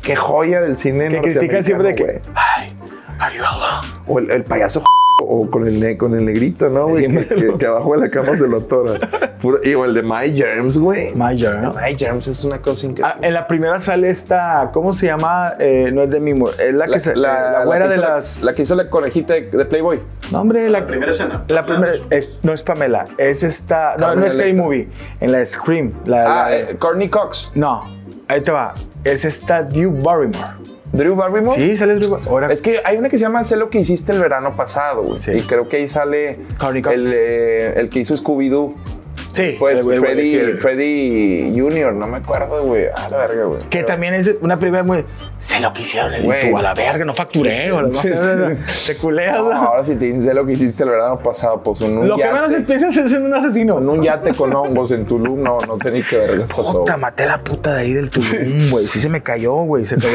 C: Qué joya del cine
B: Que critican siempre de
C: norteamericano,
B: que.
C: güey.
B: Ay, ayúdalo.
C: O el, el payaso o con el, ne- con el negrito, ¿no, güey? Que, que- que abajo de la cama se lo atora. Puro- y o el de My Germs, güey.
B: My Germs.
C: My Germs es una cosa
B: Ah,
C: increíble.
B: en la primera sale esta, ¿cómo se llama? Eh, no es de Mimo, es la que se, la, la güera
C: que
B: de
C: hizo la-
B: las.
C: La que hizo la conejita de, de Playboy.
B: No, hombre, la,
D: La primera escena.
B: La primera es- no es Pamela, es esta. No, no
C: Carmen
B: es Scary
C: Electra.
B: Movie, en la de Scream. La,
C: Ah,
B: la-
C: eh, Courtney Cox.
B: no, ahí te va. Es esta Drew Barrymore.
C: Drew Barrymore.
B: Sí, sale Drew Barrymore. Ahora,
C: Oh. Es que hay una que se llama Sé lo que hiciste el verano pasado, güey.
B: Sí.
C: Y creo que ahí sale
B: Courtney Cox.
C: el, eh, el que hizo Scooby-Doo.
B: Sí,
C: Pues
B: el güey,
C: Freddy,
B: sí, el-
C: Freddy Jr., no me acuerdo, güey. Ah, la verga, güey.
B: Que también es una primera muy. Se lo quisieron, el
C: Güey.
B: tú, a la verga, no facturé, güey.
C: Sí, sí.
B: Te culeas,
C: No,
B: ¿no?
C: ahora si te dices de lo que hiciste el verano pasado, pues en un
B: Lo que
C: yate,
B: menos piensas es en un asesino.
C: en un yate con hongos en Tulum, no, no tenía que ver qué pasó.
B: Puta, maté a la puta de ahí del Tulum, güey. Sí se me cayó, güey. se cayó.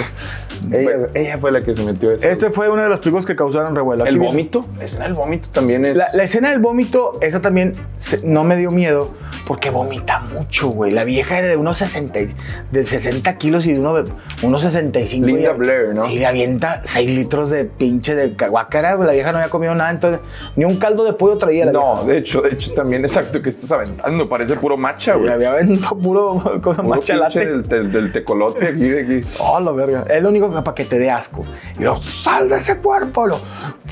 C: Ella, ella fue la que se metió eso.
B: Este fue uno de los películas que causaron revuelo.
C: el
B: Aquí viene.
C: vómito, la escena del vómito también es.
B: La, la escena del vómito, esa también se- no me dio miedo porque vomita mucho, güey. La vieja era de unos 60, y- de 60 kilos y de uno, unos 65.
C: Linda
B: y-
C: Blair, ¿no?
B: Sí, le avienta 6 litros de pinche de caguácara, güey. La vieja no había comido nada, entonces ni un caldo de pollo traía la
C: no, de hecho, de hecho también exacto que estás aventando, parece puro macha,
B: vieja. Le
C: güey.
B: había aventado puro cosa
C: Puro
B: más
C: pinche
B: chalate.
C: Del, del, del tecolote aquí, de aquí.
B: Oh, la verga. Es lo único que para que te dé asco. Y luego, sal de ese cuerpo. Lo,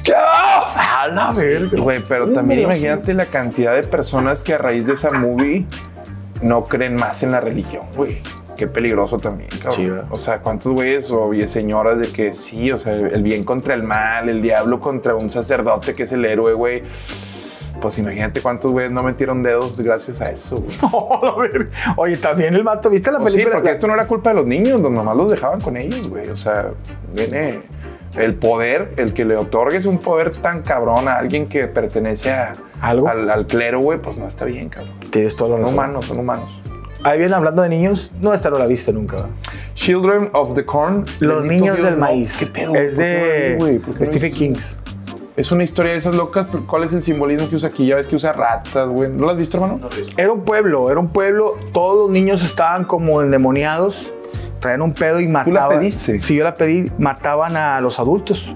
B: ¿Qué? A la verga.
C: Güey, pero también imagínate la cantidad de personas que a raíz de esa movie no creen más en la religión, güey. Qué peligroso también, cabrón.
B: Sí, ¿verdad?
C: o sea, ¿cuántos güeyes o vie- señoras de que sí? O sea, el bien contra el mal, el diablo contra un sacerdote que es el héroe, güey. Pues imagínate cuántos güeyes no metieron dedos gracias a eso, güey.
B: Oh, la verga. Oye, también el vato, ¿viste la
C: Pues sí,
B: película?
C: porque
B: La-
C: esto no era culpa de los niños, los mamás los dejaban con ellos, güey. O sea, viene el poder, el que le otorgues un poder tan cabrón a alguien que pertenece a,
B: ¿Algo?
C: Al, al clero, güey, pues no está bien, cabrón.
B: Tienes todo lo
C: Son
B: normal.
C: humanos, son humanos.
B: Ahí viene hablando de niños, no esta no la viste nunca. ¿verdad?
C: Children of the Corn.
B: Los
C: Bendito
B: niños
C: Dios,
B: del
C: no.
B: maíz.
C: ¿Qué pedo?
B: Es
C: ¿Por qué no la vi, güey?
B: de
C: ¿Por qué no la
B: Stephen
C: vi?
B: King.
C: Es una historia de esas locas. pero ¿Cuál es el simbolismo que usa aquí? Ya ves que usa ratas, güey. ¿No lo has visto, hermano?
B: Era un pueblo, era un pueblo, todos los niños estaban como endemoniados, traían un pedo y mataban.
C: pediste?
B: Sí, yo la pedí, mataban a los adultos.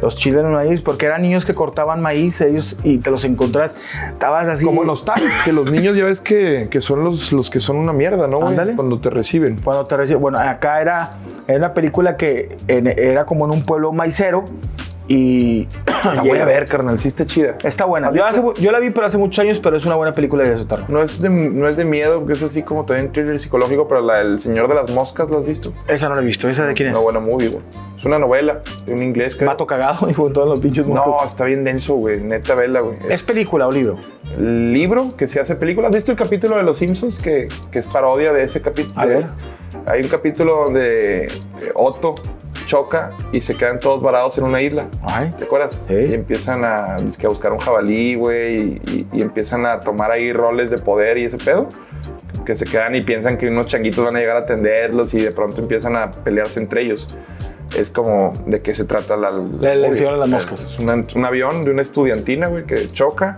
B: Los chiles en maíz, porque eran niños que cortaban maíz ellos y te los encontrás. Estabas así.
C: Como los tacos, que los niños ya ves que, que son los, los que son una mierda, ¿no, güey?
B: Ándale.
C: Cuando te reciben.
B: Cuando te recibe- Bueno, acá era, era una película que en- era como en un pueblo maicero y.
C: La voy a ver, carnal. Sí está chida.
B: Está buena. Yo, hace- yo la vi, pero hace muchos años, pero es una buena película de terror.
C: No es, de, no es de miedo, porque es así como también thriller psicológico, pero la del Señor de las Moscas, ¿lo has visto?
B: Esa no la he visto. ¿Esa de quién es?
C: Una buena movie, güey. Es una novela de un inglés que...
B: Mato cagado y con todos los pinches
C: No,
B: moscos.
C: está bien denso, güey. Neta vela, güey.
B: ¿Es película o libro?
C: libro que se hace película. ¿Has visto el capítulo de Los Simpsons que, que es parodia de ese capítulo?
B: A ver.
C: Hay un capítulo donde eh, Otto choca y se quedan todos varados en una isla.
B: Ay.
C: ¿Te acuerdas?
B: Sí.
C: Y empiezan a, dizque a buscar un jabalí, güey, y, y- y empiezan a tomar ahí roles de poder y ese pedo. Que se quedan y piensan que unos changuitos van a llegar a atenderlos y de pronto empiezan a pelearse entre ellos. Es como de qué se trata la...
B: La elección de las moscas.
C: Es una- un avión de una estudiantina, güey, que choca.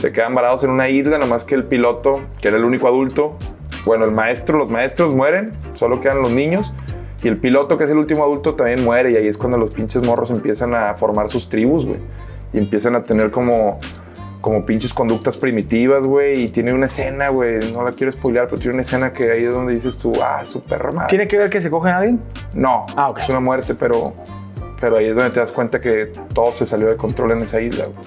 C: Se quedan varados en una isla, nomás que el piloto, que era el único adulto, bueno, el maestro, los maestros mueren, solo quedan los niños. Y el piloto, que es el último adulto, también muere. Y ahí es cuando los pinches morros empiezan a formar sus tribus, güey. Y empiezan a tener como, como pinches conductas primitivas, güey. Y tiene una escena, güey. No la quiero spoilear, pero tiene una escena que ahí es donde dices tú, ah, su perra madre.
B: ¿Tiene que ver que se cogen a alguien?
C: No,
B: Ah, ok.
C: es una muerte, pero, pero ahí es donde te das cuenta que todo se salió de control en esa isla. güey.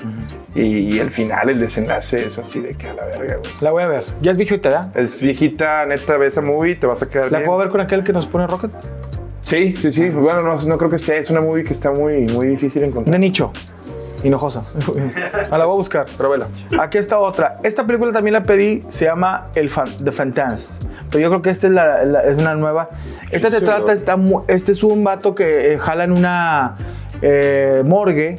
C: y, y el final, el desenlace es así de que a la verga, güey.
B: La voy a ver. ¿Ya es viejita, ¿verdad?
C: Es viejita, neta, ve esa movie y te vas a quedar
B: ¿La
C: bien.
B: puedo ver con aquel que nos pone Rocket?
C: Sí, sí, sí. Bueno, no, no creo que esté. Es una movie que está muy, muy difícil de
B: De
C: encontrar.
B: nicho. Hinojosa. Ah, la voy a buscar. Pero vela. Aquí está otra. Esta película también la pedí. Se llama El Fan- The Fantans. Pero yo creo que esta es, la- la- es una nueva. Esta se
C: Sí,
B: trata,
C: güey.
B: está mu- este es un vato que eh, jala en una eh, morgue.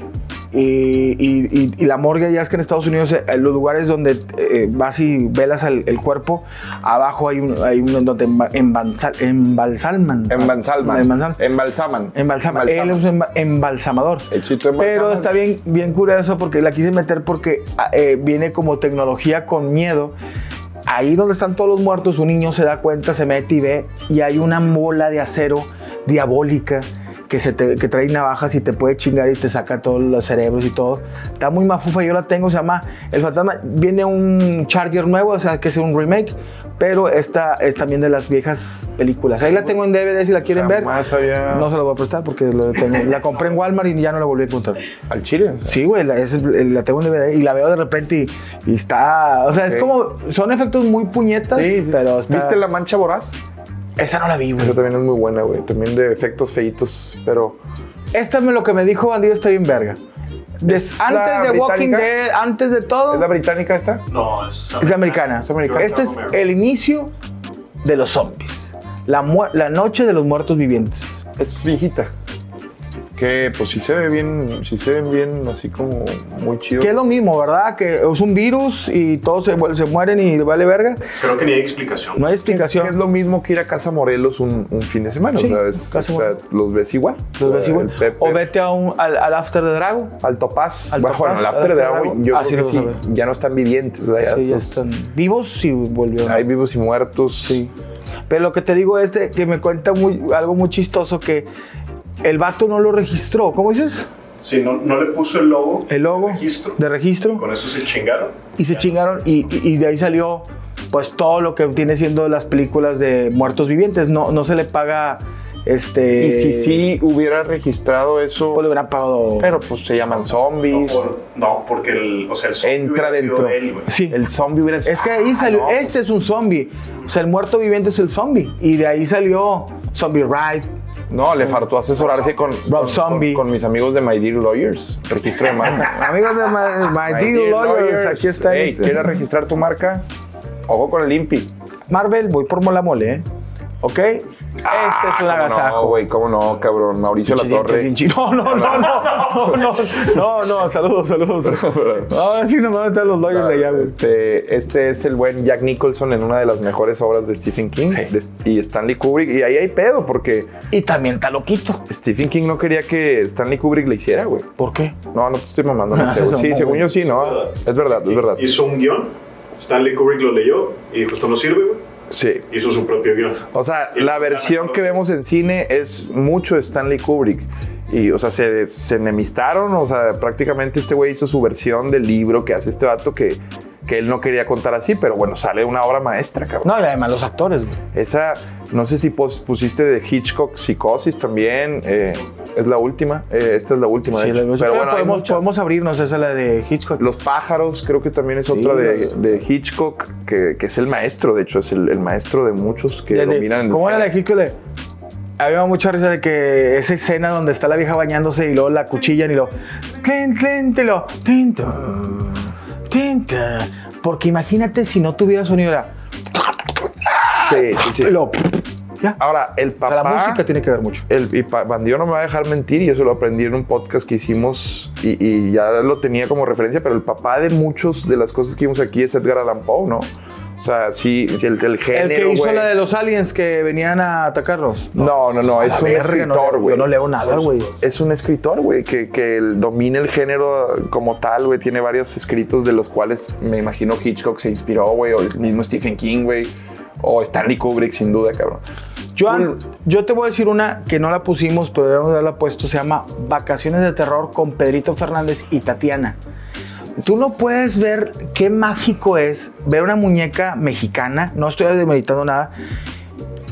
B: Y, y- y- y la morgue, ya es que en Estados Unidos, eh, los lugares donde eh, vas y velas al- el cuerpo, abajo hay un, hay un donde emba- embalsal- embalsalman.
C: Embalsaman.
B: Embalsal-
C: Embalsaman.
B: Embalsama. Él es un emba- embalsamador.
C: Éxito embalsamador.
B: Pero está bien, bien curioso porque la quise meter porque ah, eh, viene como tecnología con miedo. Ahí donde están todos los muertos, un niño se da cuenta, se mete y ve, y hay una bola de acero diabólica que, se te- que trae navajas y te puede chingar y te saca todos los cerebros y todo. Está muy mafufa, yo la tengo, se llama El Fantasma. Viene un Charger nuevo, o sea, que es un remake, pero esta es también de las viejas películas. Ahí la tengo en DVD si la quieren ver.
C: Jamás había-
B: No se la voy a prestar porque lo tengo- la compré en Walmart y ya no la volví a encontrar.
C: Al chile. o sea,
B: Sí, güey, la, es- la tengo en DVD y la veo de repente y, y está. O sea, es
C: Ok.
B: como. Son efectos muy puñetas, pero está.
C: ¿Viste La Mancha Voraz?
B: Esa no la vi,
C: Esa
B: güey.
C: también es muy buena, güey. También de efectos feitos, pero...
B: Esta es lo que me dijo Bandido, está bien verga.
C: Es la
B: Antes de Walking
C: británica.
B: Dead, antes de
C: ¿Es
B: todo,
C: la británica esta?
D: No, es
B: es americana.
C: Es americana.
B: Este es el inicio de los zombies. La, mu- la noche de los muertos vivientes.
C: Es viejita. Que pues sí se ve bien, sí se ven bien así como muy chido.
B: Que es lo mismo, ¿verdad? Que es un virus y todos se, vuel- se mueren y vale verga.
D: Creo que ni hay explicación.
B: No hay
C: Es,
B: explicación.
C: es lo mismo que ir a Casa Morelos un, un fin de semana.
B: Sí,
C: o sea, es-
B: Casa
C: o sea,
B: Morelos.
C: los ves igual.
B: Los ves
C: sea,
B: igual.
C: el Pepe-
B: O vete a un, al, al After de Drago.
C: Al Topaz.
B: Al
C: bueno,
B: Topaz,
C: el
B: al
C: After
B: After
C: de Agua,
B: Drago.
C: yo
B: Ah, sí,
C: creo
B: lo
C: que
B: vas a
C: sí, ya no están vivientes. O sea, ya
B: Sí, ya
C: sos-
B: están vivos y volvió.
C: Hay vivos y muertos.
B: Sí. Pero lo que te digo es de que me cuenta muy, algo muy chistoso que el vato no lo registró. ¿Cómo dices?
D: Sí, no, no le puso el logo.
B: El logo
D: de registro.
B: de registro
D: Con eso se chingaron.
B: y se chingaron y, y- y de ahí salió pues todo lo que viene siendo las películas de muertos vivientes. No, no se le paga este...
C: Y si sí hubiera registrado eso,
B: pues, le hubieran pagado...
C: pero pues se llaman
D: No,
C: zombies.
D: por- no, porque el, o sea, el zombie
C: Entra
D: hubiera sido
C: dentro.
D: de él, güey.
B: sí.
C: El zombie hubiera
B: Es que ahí
C: Ah,
B: salió,
C: no,
B: este es un zombie. O sea, el muerto viviente es el zombie. Y de ahí salió Zombie Ride.
C: No, le faltó asesorarse con,
B: Rob
C: con,
B: Zombie.
C: con- con mis amigos de My Dear Lawyers, registro de marca.
B: Amigos de My, My Dear Lawyers, aquí está.
C: Hey,
B: este.
C: ¿quieres registrar tu marca? Ojo con el IMPI.
B: Marvel, voy por mola mole, ¿eh? ¿Ok? este es un
C: Ah, No,
B: agasajo.
C: güey, cómo no, cabrón. Mauricio La Torre.
B: No, no, no, no, no, no, no, no, saludos, saludos. Ahora sí nos van a meter los lawyers de allá, güey.
C: Este, este es el buen Jack Nicholson en una de las mejores obras de Stephen King de- y Stanley Kubrick. Y ahí hay pedo, porque
B: Y también está loquito.
C: Stephen King no quería que Stanley Kubrick le hiciera, güey.
B: ¿Por qué?
C: No, no te estoy mamando. no
B: Ah,
C: sé,
B: se
C: güey. sí,
B: mamó,
C: según
B: güey.
C: yo sí, no. Es verdad, es verdad.
D: Hizo un guión. Stanley Kubrick lo leyó y dijo, esto no sirve, güey.
C: Sí.
D: Hizo su propio guión.
C: O sea,
D: Y
C: la
D: el-
C: versión que vemos en cine es mucho de Stanley Kubrick. Y, o sea, se, se enemistaron, o sea, prácticamente este güey hizo su versión del libro que hace este vato que, que él no quería contar así, pero bueno, sale una obra maestra, cabrón.
B: No, y además los actores, güey.
C: Esa, no sé si pos- pusiste de Hitchcock Psicosis también, eh, es la última, eh, esta es la última, de
B: Sí,
C: hecho.
B: los-
C: pero
B: pero
C: bueno, hay
B: podemos,
C: muchas.
B: podemos abrirnos, esa es la de Hitchcock.
C: Los pájaros, creo que también es otra de, de Hitchcock, que, que es el maestro, de hecho, es el, el maestro de muchos que
B: Ya le-
C: dominan el
B: ¿Cómo era la
C: género.
B: de Hitchcock? Le- Había mucha risa de que esa escena donde está la vieja bañándose y luego la cuchillan y lo. Clin, clin, te lo. tin, tun, tin, tun. Porque imagínate si no tuviera sonido, era.
C: Sí, sí, sí.
B: y lo- ya.
C: Ahora, el
B: O
C: papá.
B: sea, la música tiene que ver mucho.
C: El, y pa- Bandido no me va a dejar mentir, y yo se lo aprendí en un podcast que hicimos y, y ya lo tenía como referencia, pero el papá de muchos de las cosas que vimos aquí es Edgar Allan Poe, ¿no? O sea, sí, sí, el, el
B: El
C: género.
B: que hizo
C: güey.
B: la de los aliens que venían a atacarlos.
C: No, no, no, es
B: A
C: un
B: ver, no
C: escritor,
B: leo-
C: güey.
B: Yo no leo nada, güey.
C: Es un escritor, güey, que, que el- domina el género como tal, güey. Tiene varios escritos de los cuales me imagino Hitchcock se inspiró, güey, o el mismo Stephen King, güey, o Stanley Kubrick, sin duda, cabrón.
B: Yo,
C: Full-
B: yo te voy a decir una que no la pusimos, pero deberíamos haberla puesto. Se llama Vacaciones de Terror con Pedrito Fernández y Tatiana. Tú no puedes ver qué mágico es ver una muñeca mexicana. No estoy demeritando nada.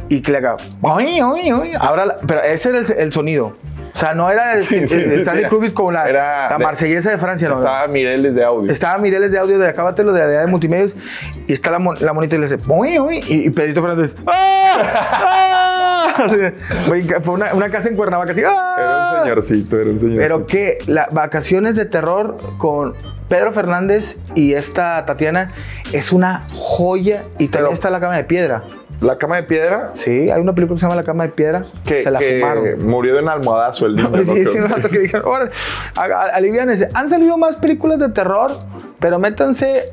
B: Y que le haga. "Oy, oy, oy". Ahora, la- pero ese era el, el sonido. O sea, no era el, el-
C: sí,
B: el
C: sí,
B: Stanley
C: era-
B: Kubrick como la,
C: era
B: la
C: de-
B: marsellesa de Francia. no, no.
C: Estaba Mireles de audio.
B: Estaba Mireles de audio de Acábatelo de la de Multimedios y está la, mon- la monita y le dice, uy, uy, y, y Pedrito Fernández, ¡ah! ¡ah! Brinca- Fue una, una casa en Cuernavaca así, ¡ah!
C: Era un señorcito, era un señorcito.
B: Pero que las vacaciones de terror con Pedro Fernández y esta Tatiana es una joya y también
C: Pero-
B: está la cama de piedra.
C: La cama de piedra
B: Sí, hay una película que se llama La cama de piedra.
C: que,
B: se la
C: que
B: fumaron.
C: murió de un almohadazo el niño. ¿no?
B: Sí, sí, un rato que dijeron, "Órale, haga- aliviánense". Han salido más películas de terror, pero métanse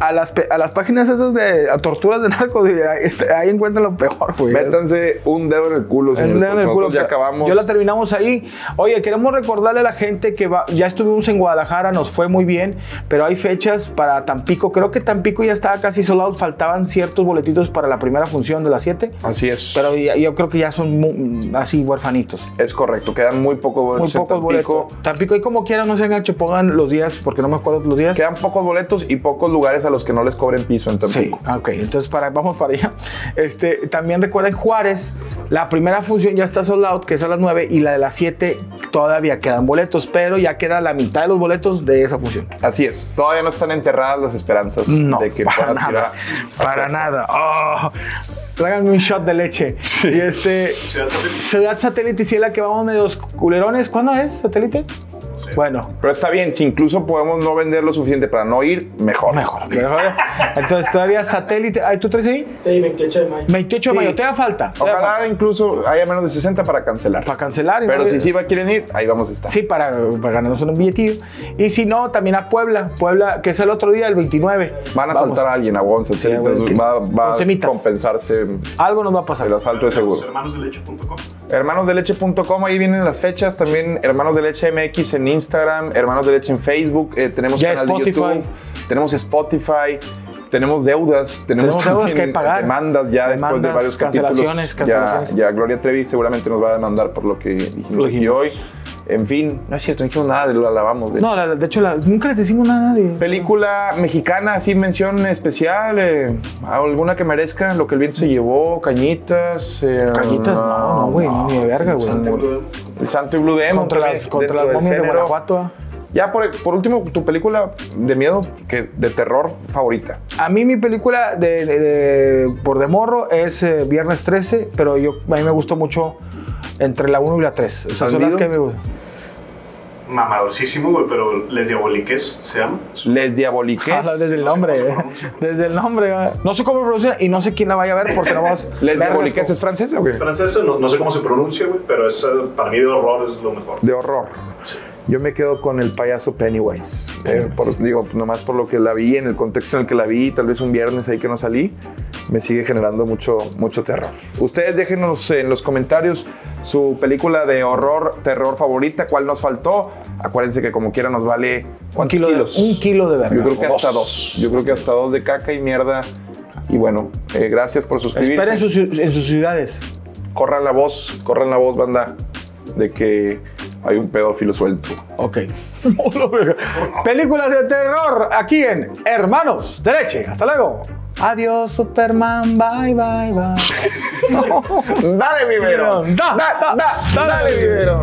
B: a las, pe- a las páginas esas de a torturas de narcos. y ahí, ahí encuentran lo peor, güey.
C: Métanse un dedo en el culo,
B: El
C: señores.
B: dedo en el
C: porque
B: culo.
C: nosotros ya acabamos.
B: Yo la terminamos ahí. Oye, queremos recordarle a la gente que va- ya estuvimos en Guadalajara, nos fue muy bien, pero hay fechas para Tampico. Creo que Tampico ya estaba casi soldado, faltaban ciertos boletitos para la primera función de las 7,
C: Así es.
B: pero ya- yo creo que ya son mu- así huerfanitos.
C: es correcto. Quedan muy pocos
B: Muy
C: boletos. en
B: pocos
C: Tampico.
B: boletos. Pues, Tampico, y como quieran, no se han hecho, pongan los días, porque no me acuerdo los días.
C: Quedan pocos boletos y pocos lugares a los que no les cobren piso en
B: Sí,
C: Tampico.
B: ah, ok, entonces para, vamos para allá. Este, también recuerden Juárez, la primera función ya está sold out, que es a las 9, y la de las 7 todavía quedan boletos, pero ya queda la mitad de los boletos de esa función.
C: Así es. Todavía no están enterradas las esperanzas
B: No,
C: de que
B: para
C: puedas ir
B: nada,
C: a- a-
B: para nada. Oh, tráiganme un shot de leche. Y este, Ciudad Satélite, si es la que vamos medios culerones, ¿cuándo es Satélite?
D: No sé,
B: Bueno,
C: Pero está bien, si incluso podemos no vender lo suficiente para no ir, mejor. Mejor.
B: mejor. entonces todavía satélite. Ay, ¿Tú traes ahí?
H: 28 de mayo.
B: 28 de
C: Sí.
B: mayo, te da falta. te da
C: Ojalá
B: falta.
C: incluso haya menos de 60 para cancelar.
B: Para cancelar. y
C: Pero
B: no-
C: si sí va, quieren ir, ahí vamos a estar.
B: Sí, para, para ganarnos un billetillo. Y si no, también a Puebla. Puebla, que es el otro día, el 29.
C: Van a
B: Vamos.
C: saltar a alguien, a Gonzalo.
B: Sí, güey, que-
C: va, va
B: con
C: a
B: semitas.
C: compensarse
B: Algo nos va a pasar.
C: el asalto de seguro.
D: Hermanosdeleche.com.
C: Hermanosdeleche.com, ahí vienen las fechas. También Hermanos de Leche MX en Instagram, Hermanos de Leche en Facebook. eh, tenemos
B: Ya
C: canal de
B: Spotify.
C: YouTube, tenemos Spotify, tenemos deudas, tenemos,
B: Tenemos deudas que
C: también eh,
B: pagar.
C: demandas ya después de
B: Demandas,
C: varios
B: cancelaciones,
C: capítulos. Ya-
B: cancelaciones.
C: Ya, Gloria Trevi seguramente nos va a demandar por lo que dijimos aquí
B: dijimos.
C: hoy. En fin, no es cierto, no dijimos nada, de lo alabamos. de
B: No,
C: hecho.
B: la- la- de hecho, la- nunca les decimos nada a nadie.
C: Película mexicana, así mención especial, eh, alguna que merezca, lo que el viento se llevó, cañitas. eh,
B: Cañitas, no, no, güey, ni de verga, güey.
C: El Santo y Blue Demon.
B: Contra
C: también,
B: las, contra las
C: dentro del
B: momias de
C: género.
B: Guanajuato. ah.
C: Ya por, por último, tu película de miedo, que, de terror favorita.
B: A mí mi película de, de- de- por de morro es eh, Viernes 13, pero yo, a mí me gustó mucho entre la 1 y la 3. O sea, son las
C: ¿Bandido?
B: que me gustan.
D: Mamadorcísimo, güey, pero Les Diaboliques se llama.
C: Les diaboliques.
B: Ah, no, desde el
D: No sé
B: nombre,
D: cómo se
B: eh.
D: pronuncia.
B: desde el nombre. eh. No sé cómo pronuncia y no sé quién la vaya a ver porque no vamos.
C: Les
B: vergas,
C: diaboliques
B: como-
C: es francesa, güey.
D: Es francesa, no, no sé cómo se pronuncia, güey, pero es, eh, para mí de horror es lo mejor.
I: de horror. Yo me quedo con el payaso Pennywise. Eh, por- digo, nomás por lo que la vi, en el contexto en el que la vi, tal vez un viernes ahí que no salí, me sigue generando mucho, mucho terror.
C: Ustedes déjenos en los comentarios su película de horror, terror favorita, cuál nos faltó. Acuérdense que como quiera nos vale
B: Un
C: cuántos
B: kilo, de,
C: kilos.
B: un kilo de verga.
C: Yo creo que
B: O
C: hasta dos. Yo creo que hasta dos de caca y mierda. Y bueno, eh, gracias por suscribirse.
B: Esperen sus- en sus ciudades.
C: Corran la voz, corran la voz, banda, de que hay un pedófilo suelto.
B: Ok. Películas de terror aquí en Hermanos de Leche. Hasta luego. Adiós, Superman. Bye, bye, bye.
C: ¡Dale, vivero!
B: Da, da, da,
C: ¡Dale, vivero!